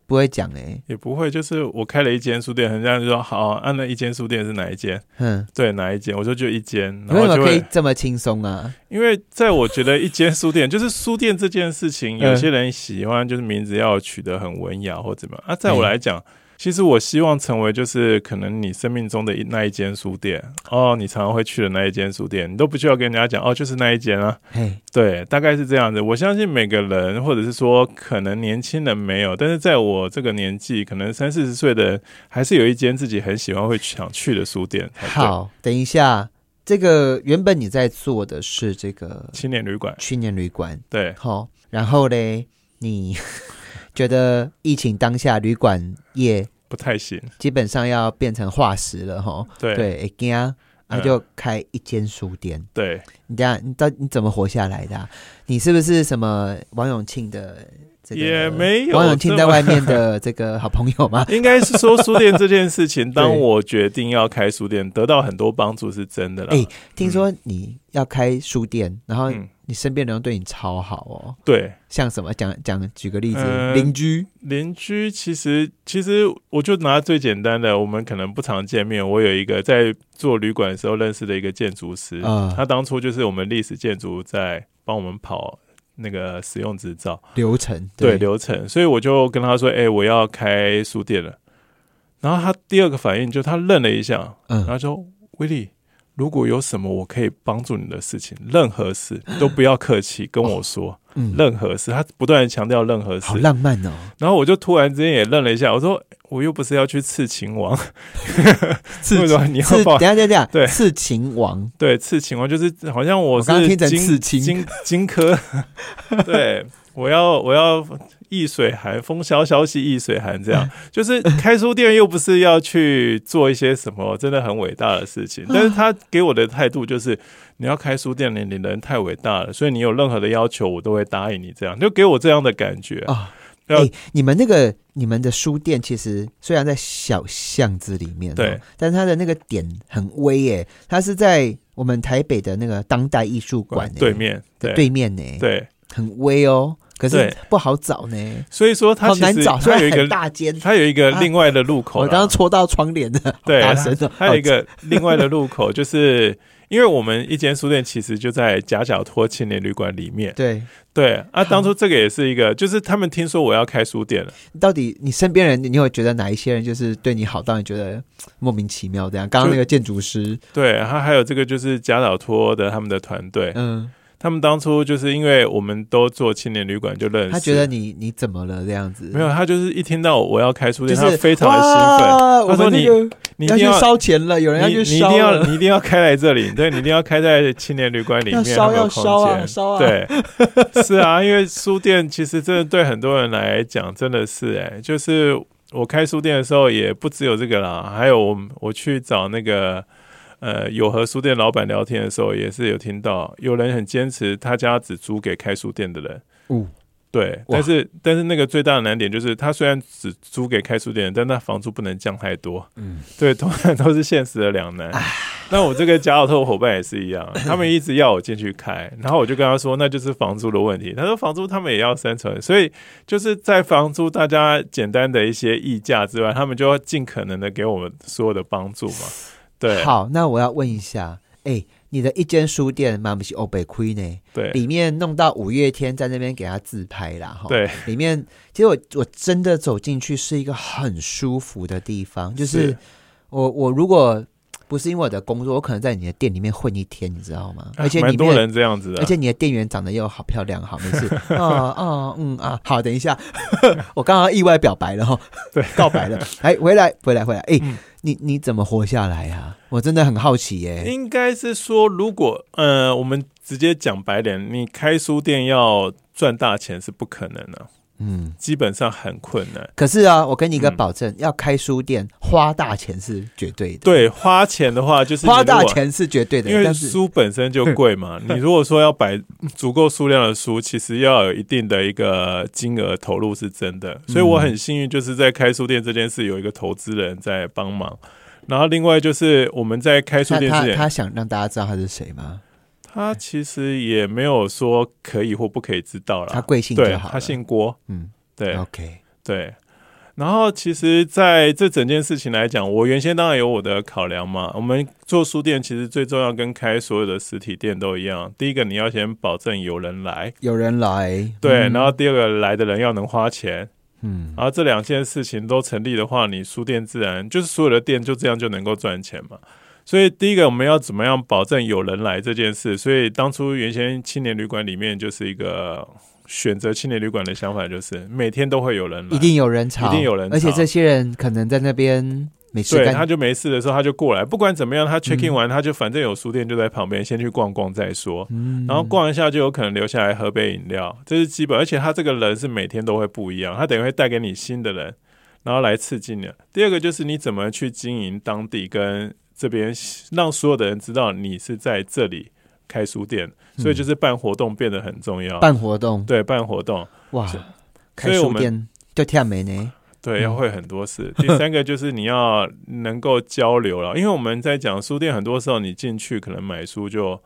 [SPEAKER 1] 不会讲哎、
[SPEAKER 2] 也不会，就是我开了一间书店，人家就说好，啊，那一间书店是哪一间？
[SPEAKER 1] 哼，
[SPEAKER 2] 对，哪一间？我说就一间，
[SPEAKER 1] 你
[SPEAKER 2] 然
[SPEAKER 1] 为
[SPEAKER 2] 后
[SPEAKER 1] 什
[SPEAKER 2] 就
[SPEAKER 1] 么可以
[SPEAKER 2] 会，
[SPEAKER 1] 这么轻松啊？
[SPEAKER 2] 因为在我觉得一间书店就是书店这件事情，有些人喜欢就是名字要取得很文雅或怎么样，啊，在我来讲。其实我希望成为就是可能你生命中的一那一间书店哦，你常常会去的那一间书店，你都不需要跟人家讲哦，就是那一间啊，
[SPEAKER 1] 嘿，
[SPEAKER 2] 对，大概是这样子。我相信每个人，或者是说可能年轻人没有，但是在我这个年纪，可能三四十岁的人，还是有一间自己很喜欢、会想去的书店。才对，
[SPEAKER 1] 好，等一下，这个原本你在做的是这个
[SPEAKER 2] 青年旅馆，
[SPEAKER 1] 去年旅馆，
[SPEAKER 2] 对，
[SPEAKER 1] 好、然后嘞，你 觉得疫情当下旅馆业
[SPEAKER 2] 不太行。
[SPEAKER 1] 基本上要变成化石了，哈，
[SPEAKER 2] 对
[SPEAKER 1] 对，会惊啊，那
[SPEAKER 2] 嗯
[SPEAKER 1] 就开一间书店。
[SPEAKER 2] 对，
[SPEAKER 1] 你等一下，你到你怎么活下来的啊、你是不是什么王永庆的这个？
[SPEAKER 2] 也没有
[SPEAKER 1] 王永庆
[SPEAKER 2] 这
[SPEAKER 1] 在
[SPEAKER 2] 么
[SPEAKER 1] 外面的这个好朋友 吗？
[SPEAKER 2] 应该是说书店这件 事情，当
[SPEAKER 1] 对
[SPEAKER 2] 我决定要开书店，得到很多帮助是真的啦。
[SPEAKER 1] 哎听说你要开书店，然后
[SPEAKER 2] 嗯，
[SPEAKER 1] 你身边的人对你超好哦。
[SPEAKER 2] 对，
[SPEAKER 1] 像什么讲讲，举个例子，
[SPEAKER 2] 呃
[SPEAKER 1] 邻居，
[SPEAKER 2] 邻居其实其实我就拿最简单的，我们可能不常见面。我有一个在做旅馆的时候认识的一个建筑师，
[SPEAKER 1] 啊
[SPEAKER 2] 他当初就是我们历史建筑在帮我们跑。那个使用执照
[SPEAKER 1] 流程，
[SPEAKER 2] 对流程，所以我就跟他说：“哎、我要开书店了。”然后他第二个反应就他愣了一下，然
[SPEAKER 1] 嗯，
[SPEAKER 2] 后说：“威利，如果有什么我可以帮助你的事情，任何事都不要客气，跟我说，
[SPEAKER 1] 嗯，
[SPEAKER 2] 任何事。”他不断的强调任何事
[SPEAKER 1] 好，浪漫哦，
[SPEAKER 2] 然后我就突然之间也愣了一下，我说我又不是要去刺秦王，
[SPEAKER 1] 刺
[SPEAKER 2] 为什么你要
[SPEAKER 1] 刺，
[SPEAKER 2] 报
[SPEAKER 1] 等一下等一下，
[SPEAKER 2] 对
[SPEAKER 1] 刺秦王，
[SPEAKER 2] 对刺秦王就是好像我
[SPEAKER 1] 我
[SPEAKER 2] 是
[SPEAKER 1] 刚刚听成
[SPEAKER 2] 荆
[SPEAKER 1] 刺青
[SPEAKER 2] 荆荆轲， 对我要我要易水寒，风萧萧兮易水寒，这样就是开书店又不是要去做一些什么真的很伟大的事 情，但是他给我的态度就是你要开书店，你你人太伟大了，所以你有任何的要求我都会答应你，这样就给我这样的感觉
[SPEAKER 1] 啊
[SPEAKER 2] 要
[SPEAKER 1] 哎、你们那个你们的书店其实虽然在小巷子里面，哦
[SPEAKER 2] 对，
[SPEAKER 1] 但是它的那个点很微耶、它是在我们台北的那个当代艺术馆、欸、
[SPEAKER 2] 对面，
[SPEAKER 1] 的
[SPEAKER 2] 对
[SPEAKER 1] 对面呢、
[SPEAKER 2] 对，
[SPEAKER 1] 很微哦，可是
[SPEAKER 2] 对
[SPEAKER 1] 不好找呢，
[SPEAKER 2] 所以说它
[SPEAKER 1] 好
[SPEAKER 2] 其
[SPEAKER 1] 难
[SPEAKER 2] 实
[SPEAKER 1] 找，啊虽
[SPEAKER 2] 它有
[SPEAKER 1] 然
[SPEAKER 2] 一
[SPEAKER 1] 很
[SPEAKER 2] 个
[SPEAKER 1] 大间。
[SPEAKER 2] 它有一个另外的入口
[SPEAKER 1] 我
[SPEAKER 2] 啦，
[SPEAKER 1] 刚刚戳到窗帘了，好
[SPEAKER 2] 对
[SPEAKER 1] 大声哦，
[SPEAKER 2] 还有一个 另外的入口，就是因为我们一间书店其实就在夹角托青年旅馆里面。
[SPEAKER 1] 对，
[SPEAKER 2] 对啊，当初这个也是一个，就是他们听说我要开书店了，
[SPEAKER 1] 到底你身边人，你有觉得哪一些人就是对你好到你觉得嘖莫名其妙这样？刚刚那个建筑师，
[SPEAKER 2] 对，然后还有这个就是夹角托的他们的团队，
[SPEAKER 1] 嗯，
[SPEAKER 2] 他们当初就是因为我们都做青年旅馆就认识，
[SPEAKER 1] 他觉得你你怎么了这样子？
[SPEAKER 2] 没有，他就是一听到我要开书
[SPEAKER 1] 就
[SPEAKER 2] 店，
[SPEAKER 1] 是
[SPEAKER 2] 他非常的兴奋，
[SPEAKER 1] 哇
[SPEAKER 2] 他说
[SPEAKER 1] 我们
[SPEAKER 2] 你
[SPEAKER 1] 这个
[SPEAKER 2] 你一
[SPEAKER 1] 要
[SPEAKER 2] 定
[SPEAKER 1] 去烧钱了，有人要
[SPEAKER 2] 你
[SPEAKER 1] 去
[SPEAKER 2] 你一
[SPEAKER 1] 烧
[SPEAKER 2] 定要
[SPEAKER 1] 了，
[SPEAKER 2] 你一定要开来这里，对你一定要开在青年旅馆里
[SPEAKER 1] 要
[SPEAKER 2] 面，
[SPEAKER 1] 烧
[SPEAKER 2] 很有
[SPEAKER 1] 要
[SPEAKER 2] 空
[SPEAKER 1] 烧啊
[SPEAKER 2] 间
[SPEAKER 1] 烧啊！，
[SPEAKER 2] 对，是啊，因为书店其实真的对很多人来讲，真的是哎、就是我开书店的时候也不只有这个啦，还有我们我去找那个呃友和书店老板聊天的时候，也是有听到有人很坚持他家只租给开书店的人。
[SPEAKER 1] 哦
[SPEAKER 2] 对，
[SPEAKER 1] 哇
[SPEAKER 2] 但是但是那个最大的难点就是，他虽然只租给开书店的人，但那房租不能降太多。
[SPEAKER 1] 嗯，
[SPEAKER 2] 对，通常都是现实的两难。那我这个家奥特伙伴也是一 样，他们一直要我进去开，然后我就跟他说，那就是房租的问题。他说房租他们也要生存，所以就是在房租大家简单的一些议价之外，他们就要尽可能的给我们所有的帮助 嘛。对
[SPEAKER 1] 好，那我要问一下，哎、你的一间书店妈不是欧北亏呢？
[SPEAKER 2] 对
[SPEAKER 1] 里面弄到五月天在那边给他自拍啦，哈。
[SPEAKER 2] 对，
[SPEAKER 1] 里面其实我我真的走进去是一个很舒服的地方，就是
[SPEAKER 2] 是
[SPEAKER 1] 我我如果不是因为我的工作，我可能在你的店里面混一天，你知道吗？而且
[SPEAKER 2] 啊蛮
[SPEAKER 1] 里
[SPEAKER 2] 多
[SPEAKER 1] 面
[SPEAKER 2] 人这样子的
[SPEAKER 1] 而，且你的店员长得又好漂亮，好没 事。啊啊嗯啊，好，等一下， 我刚刚意外表白了哈，
[SPEAKER 2] 对，
[SPEAKER 1] 告白了。哎，回来，回来，回来。哎、
[SPEAKER 2] 嗯
[SPEAKER 1] 你你怎么活下来啊？我真的很好奇耶、
[SPEAKER 2] 应该是说，如果呃，我们直接讲白点，你开书店要赚大钱是不可能的、
[SPEAKER 1] 嗯，
[SPEAKER 2] 基本上很困难。
[SPEAKER 1] 可是啊，我给你一个
[SPEAKER 2] 嗯
[SPEAKER 1] 保证，要开书店花大钱是绝对的，，
[SPEAKER 2] 对，花钱的话就是你
[SPEAKER 1] 花
[SPEAKER 2] 如果
[SPEAKER 1] 大，钱是绝对的。
[SPEAKER 2] 因为
[SPEAKER 1] 但是
[SPEAKER 2] 书本身就 贵嘛。你如果说要摆足够数量的书，其实要有一定的一个金额投入是真的。所以我很幸运，就是在开书店这件事有一个投资人在帮忙。然后另外就是我们在开书
[SPEAKER 1] 他
[SPEAKER 2] 店之
[SPEAKER 1] 他
[SPEAKER 2] 前，
[SPEAKER 1] 他想让大家知道他是谁吗？
[SPEAKER 2] 他其实也没有说可以或不可以知道
[SPEAKER 1] 他
[SPEAKER 2] 啦。
[SPEAKER 1] 贵姓
[SPEAKER 2] 啊对
[SPEAKER 1] 就好了。
[SPEAKER 2] 他姓郭，
[SPEAKER 1] 嗯
[SPEAKER 2] 对，
[SPEAKER 1] ，OK，
[SPEAKER 2] 对。然后，其实在这整件事情来讲，我原先当然有我的考量嘛。我们做书店其实最重要，跟开所有的实体店都一样。第一个，你要先保证有人来，
[SPEAKER 1] 有人来，
[SPEAKER 2] 对。
[SPEAKER 1] 嗯
[SPEAKER 2] 然后第二个，来的人要能花钱。
[SPEAKER 1] 嗯，
[SPEAKER 2] 然后这两件事情都成立的话，你书店自然就是所有的店就这样就能够赚钱嘛。所以第一个，我们要怎么样保证有人来这件事？所以当初原先青年旅馆里面就是一个选择青年旅馆的想法，就是每天都会有人来
[SPEAKER 1] 一。定有人潮，
[SPEAKER 2] 一定有人
[SPEAKER 1] 而且
[SPEAKER 2] 吵
[SPEAKER 1] 这些人可能在那边没事
[SPEAKER 2] 对，
[SPEAKER 1] 干
[SPEAKER 2] 他，就没事的时候，他就过来，不管怎么样，他 check
[SPEAKER 1] 嗯
[SPEAKER 2] in 完，他就反正有书店就在旁边，先去逛逛再说。
[SPEAKER 1] 嗯
[SPEAKER 2] 然后逛一下就有可能留下来喝杯饮料，这是基本。而且他这个人是每天都会不一样，他等于会带给你新的人，然后来刺激你。第二个就是你怎么去经营当地跟这边，让所有的人知道你是在这里开书店，所以就是办活动变得很重要。
[SPEAKER 1] 嗯办活动，
[SPEAKER 2] 对，办活动，
[SPEAKER 1] 哇
[SPEAKER 2] 所以，
[SPEAKER 1] 开
[SPEAKER 2] 所以我
[SPEAKER 1] 书
[SPEAKER 2] 们
[SPEAKER 1] 店就跳没呢，
[SPEAKER 2] 对，
[SPEAKER 1] 嗯
[SPEAKER 2] 要会很多事。第三个就是你要能够交流了，因为我们在讲书店，很多时候你进去可能买书就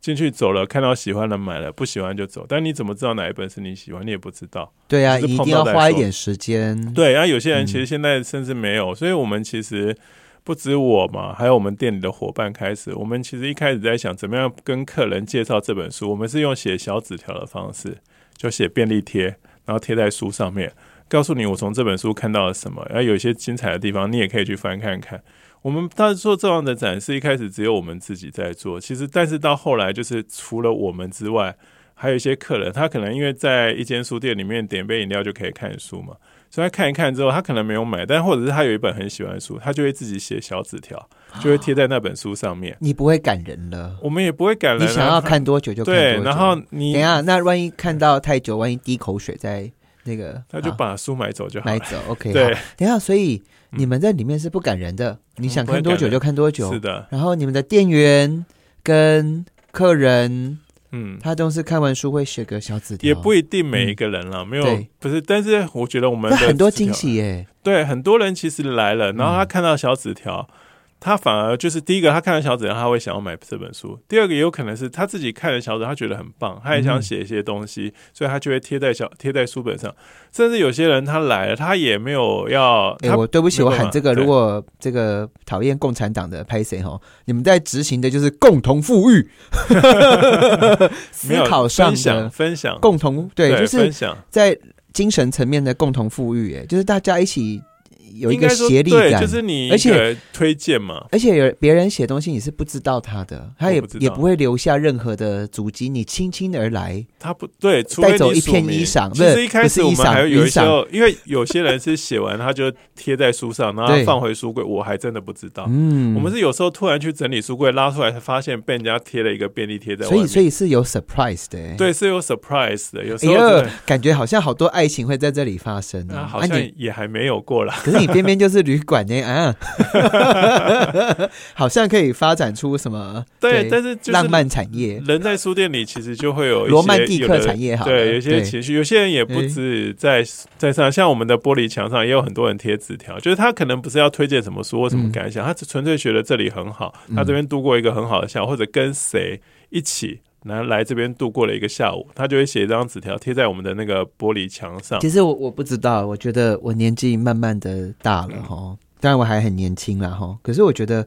[SPEAKER 2] 进去走了，看到喜欢的买了，不喜欢就走。但你怎么知道哪一本是你喜欢？你也不知道。
[SPEAKER 1] 对啊，
[SPEAKER 2] 就是
[SPEAKER 1] 一定
[SPEAKER 2] 碰
[SPEAKER 1] 要
[SPEAKER 2] 到再
[SPEAKER 1] 花一
[SPEAKER 2] 说
[SPEAKER 1] 点时间，
[SPEAKER 2] 对，然、啊后有些人其
[SPEAKER 1] 嗯
[SPEAKER 2] 实现在甚至没有，所以我们其实不止我嘛，还有我们店里的伙伴开始，我们其实一开始在想怎么样跟客人介绍这本书，我们是用写小纸条的方式，就写便利贴，然后贴在书上面，告诉你我从这本书看到了什么，然后有一些精彩的地方，你也可以去翻看看。我们当时做这样的展示，一开始只有我们自己在做，其实但是到后来就是除了我们之外，还有一些客人，他可能因为在一间书店里面点杯饮料就可以看书嘛，所以他看一看之后，他可能没有买，但或者是他有一本很喜欢的书，他就会自己写小纸条，就会贴在那本书上面。
[SPEAKER 1] 你不会赶人了，
[SPEAKER 2] 我们也不会赶人、啊，
[SPEAKER 1] 你想要看多久就看
[SPEAKER 2] 对，
[SPEAKER 1] 多久
[SPEAKER 2] 然后
[SPEAKER 1] 等
[SPEAKER 2] 你
[SPEAKER 1] 一下，那万一看到太久，万一滴口水在那个，
[SPEAKER 2] 他就
[SPEAKER 1] 啊
[SPEAKER 2] 把书买走就好
[SPEAKER 1] 买
[SPEAKER 2] 了。
[SPEAKER 1] 走，OK，
[SPEAKER 2] 对
[SPEAKER 1] 好，等一下，所以
[SPEAKER 2] 嗯
[SPEAKER 1] 你们在里面是不赶人的，你想
[SPEAKER 2] 不会
[SPEAKER 1] 看多
[SPEAKER 2] 赶
[SPEAKER 1] 久
[SPEAKER 2] 人
[SPEAKER 1] 就看多久
[SPEAKER 2] 是，的，
[SPEAKER 1] 然后你们的店员跟客人
[SPEAKER 2] 嗯，
[SPEAKER 1] 他都是看完书会写个小纸条，
[SPEAKER 2] 也不一定每一个人了，没有
[SPEAKER 1] 对
[SPEAKER 2] 不是，但是我觉得我们
[SPEAKER 1] 那
[SPEAKER 2] 的
[SPEAKER 1] 很多
[SPEAKER 2] 纸条啊
[SPEAKER 1] 惊，喜耶，
[SPEAKER 2] 对，很多人其实来
[SPEAKER 1] 嗯
[SPEAKER 2] 了，然后他看到小纸条。他反而就是第一个，他看了小纸条，他会想要买这本书；第二个，也有可能是他自己看了小纸条，他觉得很棒，
[SPEAKER 1] 嗯
[SPEAKER 2] 他也想写一些东西，所以他就会贴在小贴在书本上。甚至有些人他来了，他也没有要，
[SPEAKER 1] 哎、
[SPEAKER 2] 他
[SPEAKER 1] 我对不起，
[SPEAKER 2] 没
[SPEAKER 1] 我
[SPEAKER 2] 办法
[SPEAKER 1] 喊这个，
[SPEAKER 2] 对
[SPEAKER 1] 如果这个讨厌共产党的拍谁哈，你们在执行的就是共同富 裕，
[SPEAKER 2] 没
[SPEAKER 1] 思
[SPEAKER 2] 有
[SPEAKER 1] 考上
[SPEAKER 2] 分享
[SPEAKER 1] 的
[SPEAKER 2] 分享，
[SPEAKER 1] 共同对，就是
[SPEAKER 2] 分享，
[SPEAKER 1] 在精神层面的共同富裕，哎，就是大家一起有一
[SPEAKER 2] 应
[SPEAKER 1] 个
[SPEAKER 2] 该说
[SPEAKER 1] 协力
[SPEAKER 2] 对
[SPEAKER 1] 感，
[SPEAKER 2] 就是你
[SPEAKER 1] 而
[SPEAKER 2] 一
[SPEAKER 1] 且
[SPEAKER 2] 个推荐嘛，
[SPEAKER 1] 而且有别人写东西你是不知道他的，他
[SPEAKER 2] 我
[SPEAKER 1] 也
[SPEAKER 2] 不知道
[SPEAKER 1] 也不会留下任何的足迹，你轻轻而来，
[SPEAKER 2] 他不对，除非
[SPEAKER 1] 带走
[SPEAKER 2] 你
[SPEAKER 1] 一片
[SPEAKER 2] 署名
[SPEAKER 1] 衣裳
[SPEAKER 2] 其
[SPEAKER 1] 不
[SPEAKER 2] 实
[SPEAKER 1] 是
[SPEAKER 2] 一开始
[SPEAKER 1] 不是
[SPEAKER 2] 我
[SPEAKER 1] 衣裳
[SPEAKER 2] 们还有一
[SPEAKER 1] 云
[SPEAKER 2] 些
[SPEAKER 1] 裳，
[SPEAKER 2] 因为有些人是写完他就贴在书上，然后
[SPEAKER 1] 对
[SPEAKER 2] 放回书柜，我还真的不知道。
[SPEAKER 1] 嗯，
[SPEAKER 2] 啊我们是有时候突然去整理书柜，拉出来才发现被人家贴了一个便利贴在外
[SPEAKER 1] 所以
[SPEAKER 2] 面，
[SPEAKER 1] 所以是有 surprise 的、哎。
[SPEAKER 2] 对是有 surprise 的，有时
[SPEAKER 1] 哎
[SPEAKER 2] 候真
[SPEAKER 1] 呦
[SPEAKER 2] 的，
[SPEAKER 1] 感觉好像好多爱情会在这里发生
[SPEAKER 2] 啊
[SPEAKER 1] 啊！
[SPEAKER 2] 好
[SPEAKER 1] 啊
[SPEAKER 2] 像
[SPEAKER 1] 你
[SPEAKER 2] 也还没有过啦。
[SPEAKER 1] 可是你偏偏就是旅馆呢啊， 好像可以发展出什么
[SPEAKER 2] 对，但是嗯就是
[SPEAKER 1] 浪漫产业、
[SPEAKER 2] 人在书店里其实就会有一些
[SPEAKER 1] 罗曼蒂
[SPEAKER 2] 有
[SPEAKER 1] 克
[SPEAKER 2] 的
[SPEAKER 1] 产业好了，
[SPEAKER 2] 对，有一些情绪，有些人也不
[SPEAKER 1] 嗯
[SPEAKER 2] 止在在上，像我们的玻璃墙上也有很多人贴纸条，就是他可能不是要推荐什么书或什么
[SPEAKER 1] 嗯
[SPEAKER 2] 感想，他只纯粹觉得这里很好，他
[SPEAKER 1] 嗯
[SPEAKER 2] 这边度过一个很好的下午，或者跟谁一起。然后来这边度过了一个下午，他就会写一张纸条贴在我们的那个玻璃墙上。
[SPEAKER 1] 其实我我不知道，我觉得我年纪慢慢的大
[SPEAKER 2] 嗯
[SPEAKER 1] 了哈，当然我还很年轻啦哈。可是我觉得，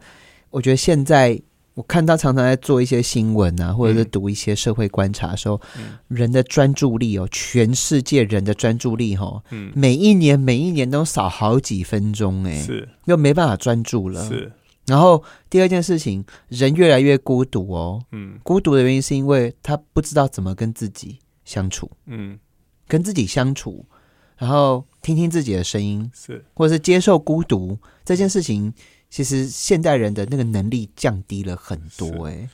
[SPEAKER 1] 我觉得现在我看到常常在做一些新闻啊，或者是
[SPEAKER 2] 嗯
[SPEAKER 1] 读一些社会观察的时候，
[SPEAKER 2] 嗯
[SPEAKER 1] 人的专注力哦，全世界人的专注力哦，
[SPEAKER 2] 嗯，
[SPEAKER 1] 每一年每一年都少好几分钟哎、
[SPEAKER 2] 是
[SPEAKER 1] 又没办法专注了。
[SPEAKER 2] 是，
[SPEAKER 1] 然后第二件事情，人越来越孤独哦。
[SPEAKER 2] 嗯
[SPEAKER 1] 孤独的原因是因为他不知道怎么跟自己相处，
[SPEAKER 2] 嗯
[SPEAKER 1] 跟自己相处，然后听听自己的声音，
[SPEAKER 2] 是
[SPEAKER 1] 或者是接受孤独这件事情。其实现代人的那个能力降低了很多、哎，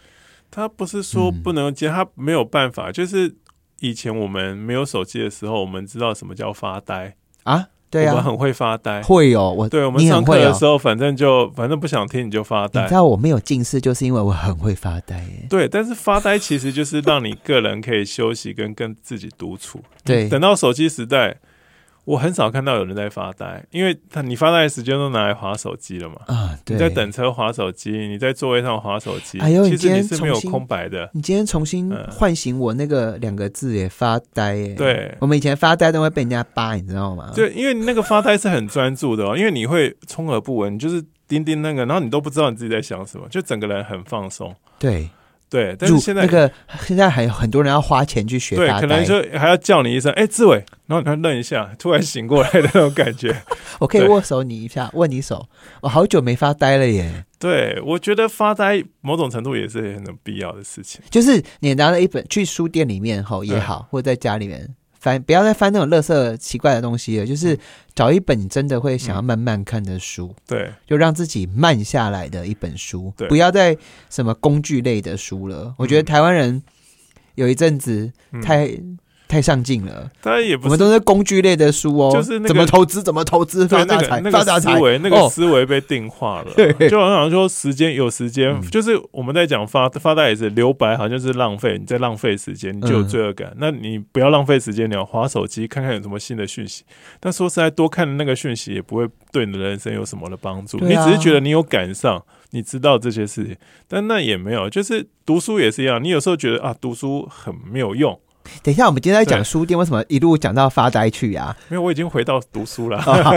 [SPEAKER 2] 他不是说
[SPEAKER 1] 嗯
[SPEAKER 2] 不能接，他没有办法。就是以前我们没有手机的时候，我们知道什么叫发呆，
[SPEAKER 1] 啊，对
[SPEAKER 2] 我们
[SPEAKER 1] 啊，
[SPEAKER 2] 很会发呆。
[SPEAKER 1] 会哦，我
[SPEAKER 2] 对我们
[SPEAKER 1] 你
[SPEAKER 2] 上
[SPEAKER 1] 很
[SPEAKER 2] 课
[SPEAKER 1] 会
[SPEAKER 2] 的
[SPEAKER 1] 哦
[SPEAKER 2] 时。候，反正就反正不想听你就发
[SPEAKER 1] 你
[SPEAKER 2] 呆
[SPEAKER 1] 知。道我没有近视，就是因为我很会发呆、哎
[SPEAKER 2] 对，但是发呆其实就是让你个人可以休息跟跟自己独处。
[SPEAKER 1] 对
[SPEAKER 2] 等到手机时代，我很少看到有人在发呆，因为他你发呆的时间都拿来划手机了嘛。
[SPEAKER 1] 啊，对。
[SPEAKER 2] 你在等车划手机，你在座位上划手机，
[SPEAKER 1] 哎呦
[SPEAKER 2] 其实
[SPEAKER 1] 你今
[SPEAKER 2] 你
[SPEAKER 1] 天
[SPEAKER 2] 是没有
[SPEAKER 1] 重新
[SPEAKER 2] 空白的。
[SPEAKER 1] 你今天重新
[SPEAKER 2] 嗯
[SPEAKER 1] 唤醒我那个两个字耶，发呆耶。
[SPEAKER 2] 对
[SPEAKER 1] 我们以前发呆都会被人家扒，你知道吗？
[SPEAKER 2] 对，因为你那个发呆是很专注的哦，因为你会充耳不闻，你就是盯盯那个，然后你都不知道你自己在想什么，就整个人很放松。
[SPEAKER 1] 对，
[SPEAKER 2] 对，但
[SPEAKER 1] 入
[SPEAKER 2] 是现在
[SPEAKER 1] 那个现在还有很多人要花钱去学
[SPEAKER 2] 对，
[SPEAKER 1] 发
[SPEAKER 2] 可能
[SPEAKER 1] 呆。
[SPEAKER 2] 就还要叫你一声，哎、志伟，然后你他愣一下，突然醒过来的那种感觉。
[SPEAKER 1] 我可以
[SPEAKER 2] 对
[SPEAKER 1] 握手你一下，握你手。我好久没发呆了
[SPEAKER 2] 嗯
[SPEAKER 1] 耶，
[SPEAKER 2] 对，我觉得发呆某种程度也是很有必要的事情。
[SPEAKER 1] 就是你拿了一本去书店里面
[SPEAKER 2] 嗯
[SPEAKER 1] 吼也好，或者在家里面翻，不要再翻那种垃圾奇怪的东西了，就是
[SPEAKER 2] 嗯
[SPEAKER 1] 找一本你真的会想要慢慢看的书，
[SPEAKER 2] 对，
[SPEAKER 1] 就让自己慢下来的一本书
[SPEAKER 2] 对，
[SPEAKER 1] 不要再什么工具类的书了。我觉得
[SPEAKER 2] 嗯
[SPEAKER 1] 台湾人有一阵子
[SPEAKER 2] 嗯、
[SPEAKER 1] 太、太上进了，
[SPEAKER 2] 当然也
[SPEAKER 1] 我
[SPEAKER 2] 不
[SPEAKER 1] 们
[SPEAKER 2] 是
[SPEAKER 1] 都是工具类的书哦，
[SPEAKER 2] 就是那个
[SPEAKER 1] 怎么投资怎么投资
[SPEAKER 2] 对
[SPEAKER 1] 发
[SPEAKER 2] 那
[SPEAKER 1] 大
[SPEAKER 2] 个
[SPEAKER 1] 财、
[SPEAKER 2] 那
[SPEAKER 1] 发
[SPEAKER 2] 个
[SPEAKER 1] 大
[SPEAKER 2] 思
[SPEAKER 1] 财，
[SPEAKER 2] 维，那个
[SPEAKER 1] 哦
[SPEAKER 2] 思维被定化了。
[SPEAKER 1] 对
[SPEAKER 2] 就好像说时间有时间，
[SPEAKER 1] 嗯
[SPEAKER 2] 就是我们在讲发发呆也是留白，好像是浪费，你在浪费时间，你就有
[SPEAKER 1] 嗯
[SPEAKER 2] 罪恶感。那你不要浪费时间，你要划手机看看有什么新的讯息。但说实在，多看那个讯息也不会对你的人生有什么的帮助。
[SPEAKER 1] 对
[SPEAKER 2] 你
[SPEAKER 1] 啊
[SPEAKER 2] 只是觉得你有赶上，你知道这些事情，但那也没有。就是读书也是一样，你有时候觉得啊，读书很没有用。
[SPEAKER 1] 等一下，我们今天在
[SPEAKER 2] 对
[SPEAKER 1] 讲书店，为什么一路讲到发呆去啊？
[SPEAKER 2] 没有，我已经回到读书了。
[SPEAKER 1] 好好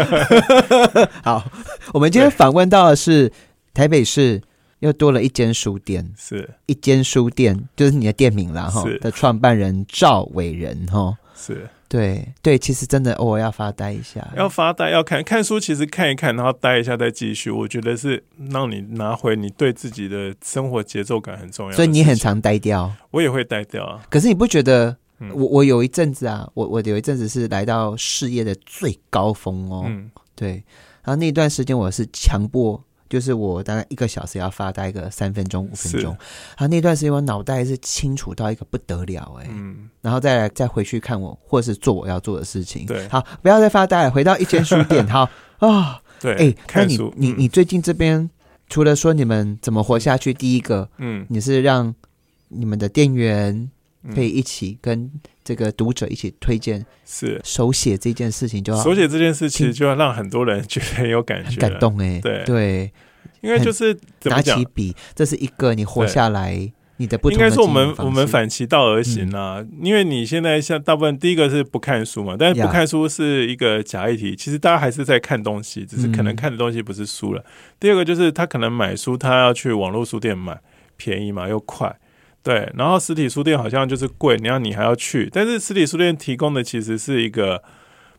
[SPEAKER 1] 好，我们今天访问到的是台北市又多了一间书店，
[SPEAKER 2] 是
[SPEAKER 1] 一间书店就是你的店名啦哈
[SPEAKER 2] 是
[SPEAKER 1] 的创办人赵伟仁哈。
[SPEAKER 2] 是。
[SPEAKER 1] 对对，其实真的偶尔要发呆一下，
[SPEAKER 2] 要发呆，要看看书，其实看一看，然后呆一下再继续，我觉得是让你拿回你对自己的生活节奏感很重要的事
[SPEAKER 1] 所以
[SPEAKER 2] 情。
[SPEAKER 1] 你很常呆掉。
[SPEAKER 2] 我也会呆掉啊。
[SPEAKER 1] 可是你不觉得
[SPEAKER 2] 嗯
[SPEAKER 1] 我我有一阵子啊，我我有一阵子是来到事业的最高峰哦，
[SPEAKER 2] 嗯，
[SPEAKER 1] 对，然后那段时间我是强迫，就是我大概一个小时要发呆个三分钟五分
[SPEAKER 2] 是
[SPEAKER 1] 钟，然后那段时间我脑袋是清楚到一个不得了哎、
[SPEAKER 2] 嗯，
[SPEAKER 1] 然后再来再回去看我或是做我要做的事情，
[SPEAKER 2] 对
[SPEAKER 1] 好，不要再发呆了，回到一间书 店，好啊，
[SPEAKER 2] 对。
[SPEAKER 1] 哎、那
[SPEAKER 2] 看
[SPEAKER 1] 你
[SPEAKER 2] 书，
[SPEAKER 1] 你
[SPEAKER 2] 嗯
[SPEAKER 1] 你最近这边除了说你们怎么活下去，第一个
[SPEAKER 2] 嗯，
[SPEAKER 1] 你是让你们的店员可以一起跟这个读者一起推荐
[SPEAKER 2] 是
[SPEAKER 1] 手写这件事情，就要
[SPEAKER 2] 手写这件事，其实就要让很多人觉得很有感
[SPEAKER 1] 啊很
[SPEAKER 2] 觉，啊
[SPEAKER 1] 感，动哎、
[SPEAKER 2] 对
[SPEAKER 1] 对，
[SPEAKER 2] 因为就是怎么
[SPEAKER 1] 拿
[SPEAKER 2] 讲
[SPEAKER 1] 起，笔，这是一个你活
[SPEAKER 2] 对
[SPEAKER 1] 下来你的不
[SPEAKER 2] 应
[SPEAKER 1] 同
[SPEAKER 2] 该
[SPEAKER 1] 的
[SPEAKER 2] 是我
[SPEAKER 1] 经营
[SPEAKER 2] 们
[SPEAKER 1] 方
[SPEAKER 2] 我们
[SPEAKER 1] 式嗯
[SPEAKER 2] 反其道而行啊，因为你现在像大部分第一个是不看书嘛，但是不
[SPEAKER 1] Yeah
[SPEAKER 2] 看书是一个假议题，其实大家还是在看东西，只是可能
[SPEAKER 1] 嗯
[SPEAKER 2] 看的东西不是书了。第二个就是他可能买书，他要去网络书店买，便宜嘛又快。对，然后实体书店好像就是贵，你要你还要去，但是实体书店提供的其实是一个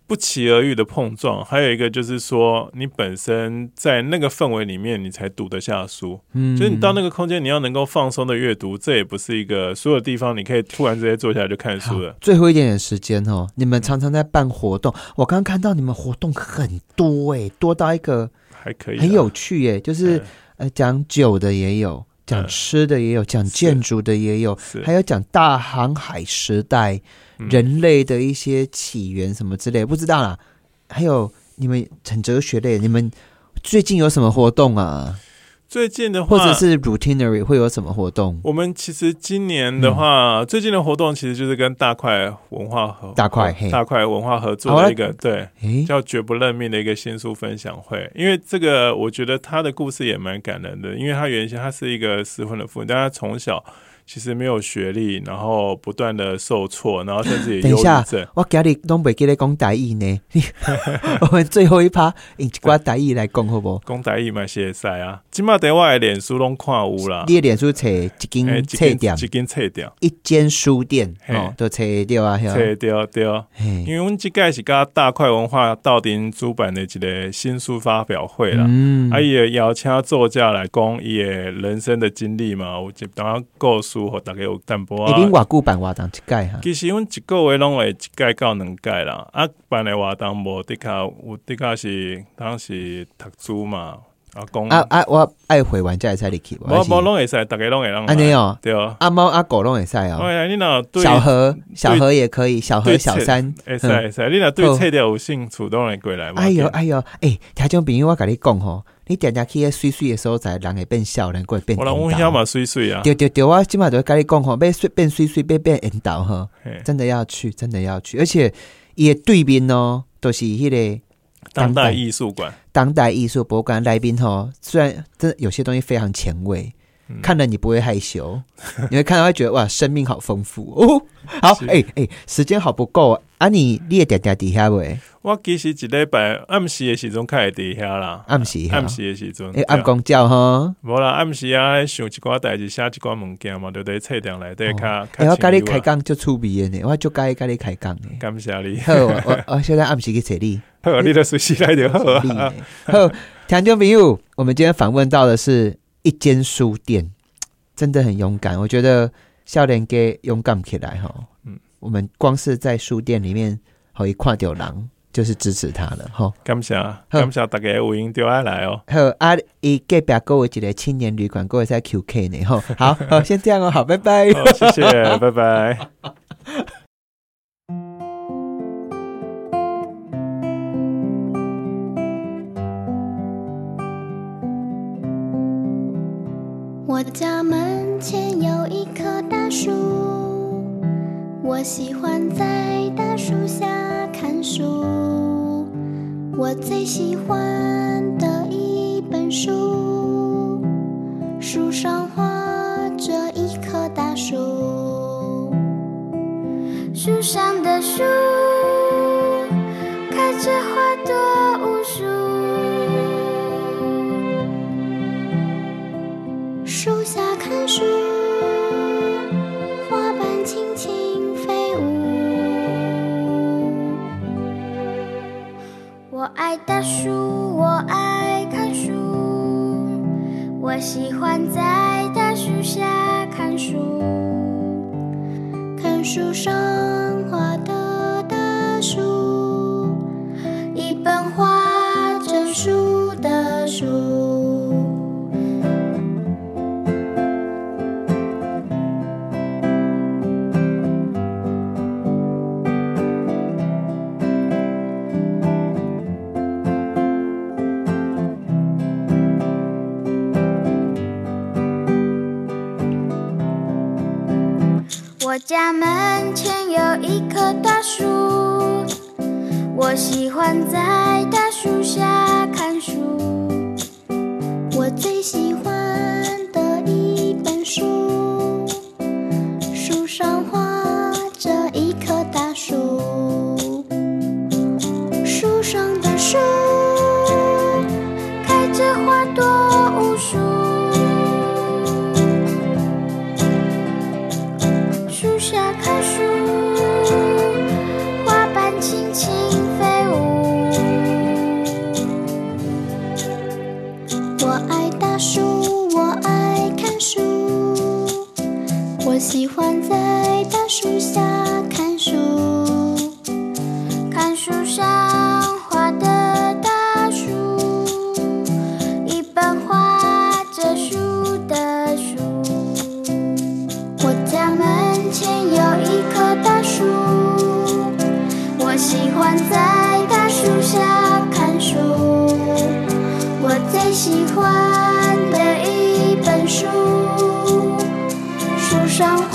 [SPEAKER 2] 不期而遇的碰撞，还有一个就是说你本身在那个氛围里面你才读得下书，
[SPEAKER 1] 嗯
[SPEAKER 2] 就是你到那个空间，你要能够放松的阅读，这也不是一个所有地方你可以突然直接坐下来就看
[SPEAKER 1] 好
[SPEAKER 2] 书的。
[SPEAKER 1] 最后一点点时间哦，你们常常在办活动，我刚看到你们活动很多哎、多到一个
[SPEAKER 2] 还可以啊，
[SPEAKER 1] 很有趣哎、就是、
[SPEAKER 2] 嗯
[SPEAKER 1] 呃讲酒的也有，讲
[SPEAKER 2] 嗯
[SPEAKER 1] 吃的也有，讲建筑的也有，
[SPEAKER 2] 是
[SPEAKER 1] 还有讲大航海时代、
[SPEAKER 2] 嗯
[SPEAKER 1] 人类的一些起源什么之类，不知道啦。还有你们很哲学类，你们最近有什么活动啊？
[SPEAKER 2] 最近的
[SPEAKER 1] 或者
[SPEAKER 2] 话，
[SPEAKER 1] 是 routinary 会有什么活动？
[SPEAKER 2] 我们其实今年的话，最近的活动其实就是跟大块文化合
[SPEAKER 1] 大块嘿
[SPEAKER 2] 大块文化合
[SPEAKER 1] 好
[SPEAKER 2] 作
[SPEAKER 1] 啊
[SPEAKER 2] 的一个对。
[SPEAKER 1] 诶，
[SPEAKER 2] 叫“绝不认命”的一个新书分享会，因为这个我觉得他的故事也蛮感人的，因为他原先他是一个失婚的妇女，但他从小其实没有学历，然后不断的受挫，然后甚至也
[SPEAKER 1] 等一
[SPEAKER 2] 忧
[SPEAKER 1] 下
[SPEAKER 2] 郁症。
[SPEAKER 1] 我今日东北给你讲台语呢， 我们最后一趴用一寡台语来讲好不好？
[SPEAKER 2] 公仔义嘛，谢赛啊！今嘛得我的脸书拢看有啦，
[SPEAKER 1] 你的脸书找一
[SPEAKER 2] 哎，
[SPEAKER 1] 间
[SPEAKER 2] 一
[SPEAKER 1] 册
[SPEAKER 2] 间
[SPEAKER 1] 店，
[SPEAKER 2] 啊一间册店，
[SPEAKER 1] 一间书店
[SPEAKER 2] 嘿
[SPEAKER 1] 哦，都找掉啊，嘿嗯
[SPEAKER 2] 册对对。因
[SPEAKER 1] 嘿，
[SPEAKER 2] 为阮即届是甲大块文化斗阵主办的一个新书发表会啦，
[SPEAKER 1] 嗯
[SPEAKER 2] 啊，伊也邀请作家来讲伊的人生的经历嘛，有一当故事，互大家有淡薄
[SPEAKER 1] 一定
[SPEAKER 2] 啊。
[SPEAKER 1] 偌久办活动一届哈，
[SPEAKER 2] 其实阮一个月拢会一届到两届啦，啊，办的活动无的确有的确是当时读书嘛，啊讲，
[SPEAKER 1] 啊啊，我爱回完才会使入去，
[SPEAKER 2] 无无
[SPEAKER 1] 弄，
[SPEAKER 2] 拢会使，大家拢会让
[SPEAKER 1] 安尼哦，
[SPEAKER 2] 对啊。
[SPEAKER 1] 阿猫阿狗拢会使哦，
[SPEAKER 2] 哎呀，你若对
[SPEAKER 1] 小何小何也可以，小何
[SPEAKER 2] 对
[SPEAKER 1] 小
[SPEAKER 2] 册
[SPEAKER 1] 三，
[SPEAKER 2] 会使会使，你若对册条有兴趣，当然过来嘛。
[SPEAKER 1] 哎哟哎哟，哎，听众朋友，我甲你讲吼，你定定去迄水水的所在，人会变少，人会变
[SPEAKER 2] 我来阮
[SPEAKER 1] 颠倒
[SPEAKER 2] 遐嘛水水啊，
[SPEAKER 1] 对对对，我今晚都会跟你讲吼，被水变水水变变引导吼，
[SPEAKER 2] 嘿
[SPEAKER 1] 真的要去，真的要去，而且伊的对面哦，都、就是迄个
[SPEAKER 2] 当代艺术馆，
[SPEAKER 1] 当代艺术博物馆来宾吼，虽然真的有些东西非常前卫。
[SPEAKER 2] 嗯
[SPEAKER 1] 看了你不会害羞，你会看到会觉得哇，生命好丰富哦。好，
[SPEAKER 2] 是
[SPEAKER 1] 哎哎、时间好不够啊！你你也点点底下喂，
[SPEAKER 2] 我其实一礼拜暗时的时阵较会伫遐啦，
[SPEAKER 1] 暗时啊哈
[SPEAKER 2] 暗，时的时阵，
[SPEAKER 1] 哎
[SPEAKER 2] 对啊
[SPEAKER 1] 暗公教哈。
[SPEAKER 2] 无啦，暗时啊想一寡代志，写一寡物件嘛，就伫册店内底较
[SPEAKER 1] 哎、我
[SPEAKER 2] 较
[SPEAKER 1] 跟你
[SPEAKER 2] 清楚
[SPEAKER 1] 开
[SPEAKER 2] 啊。
[SPEAKER 1] 讲就趣味的呢，我就该跟你开 讲的。
[SPEAKER 2] 感谢你，
[SPEAKER 1] 好，我我我现在暗时去找 你。
[SPEAKER 2] 好，你就随时来就好
[SPEAKER 1] 力呢
[SPEAKER 2] 啊。
[SPEAKER 1] 好，听众朋友，我们今天访问到的是一间书店，真的很勇敢。我觉得笑脸给勇敢起来哈。嗯
[SPEAKER 2] 嗯，
[SPEAKER 1] 我们光是在书店里面好一块丢狼，就是支持他了哈。
[SPEAKER 2] 感谢，感谢大家有闲就爱来哦。
[SPEAKER 1] 好啊，伊隔壁各有一个青年旅馆，各位在 QK 呢哈。好，好，先这样哦，好，拜拜。
[SPEAKER 2] 好，谢谢， 拜拜。
[SPEAKER 3] 我家门前有一棵大树，我喜欢在大树下看书。我最喜欢的一本书，树上画着一棵大树，树上的树开着花朵无数。树下看书，花瓣轻轻飞舞。我爱大树，我爱看书，我喜欢在大树下看书，看树上画的大树，一本画着树的书。我我家门前有一棵大树，我喜欢在大树下看书。我最喜欢的一本书，树上画着一棵大树，树上的树开着花朵无数。树下看书，花瓣轻轻飞舞。我爱大树，我爱看书，我喜欢在大树下看书，看树上画的大树，一本画着树的书。我家门前有一棵大树，我喜欢在大树下看书。我最喜欢的一本书，树上画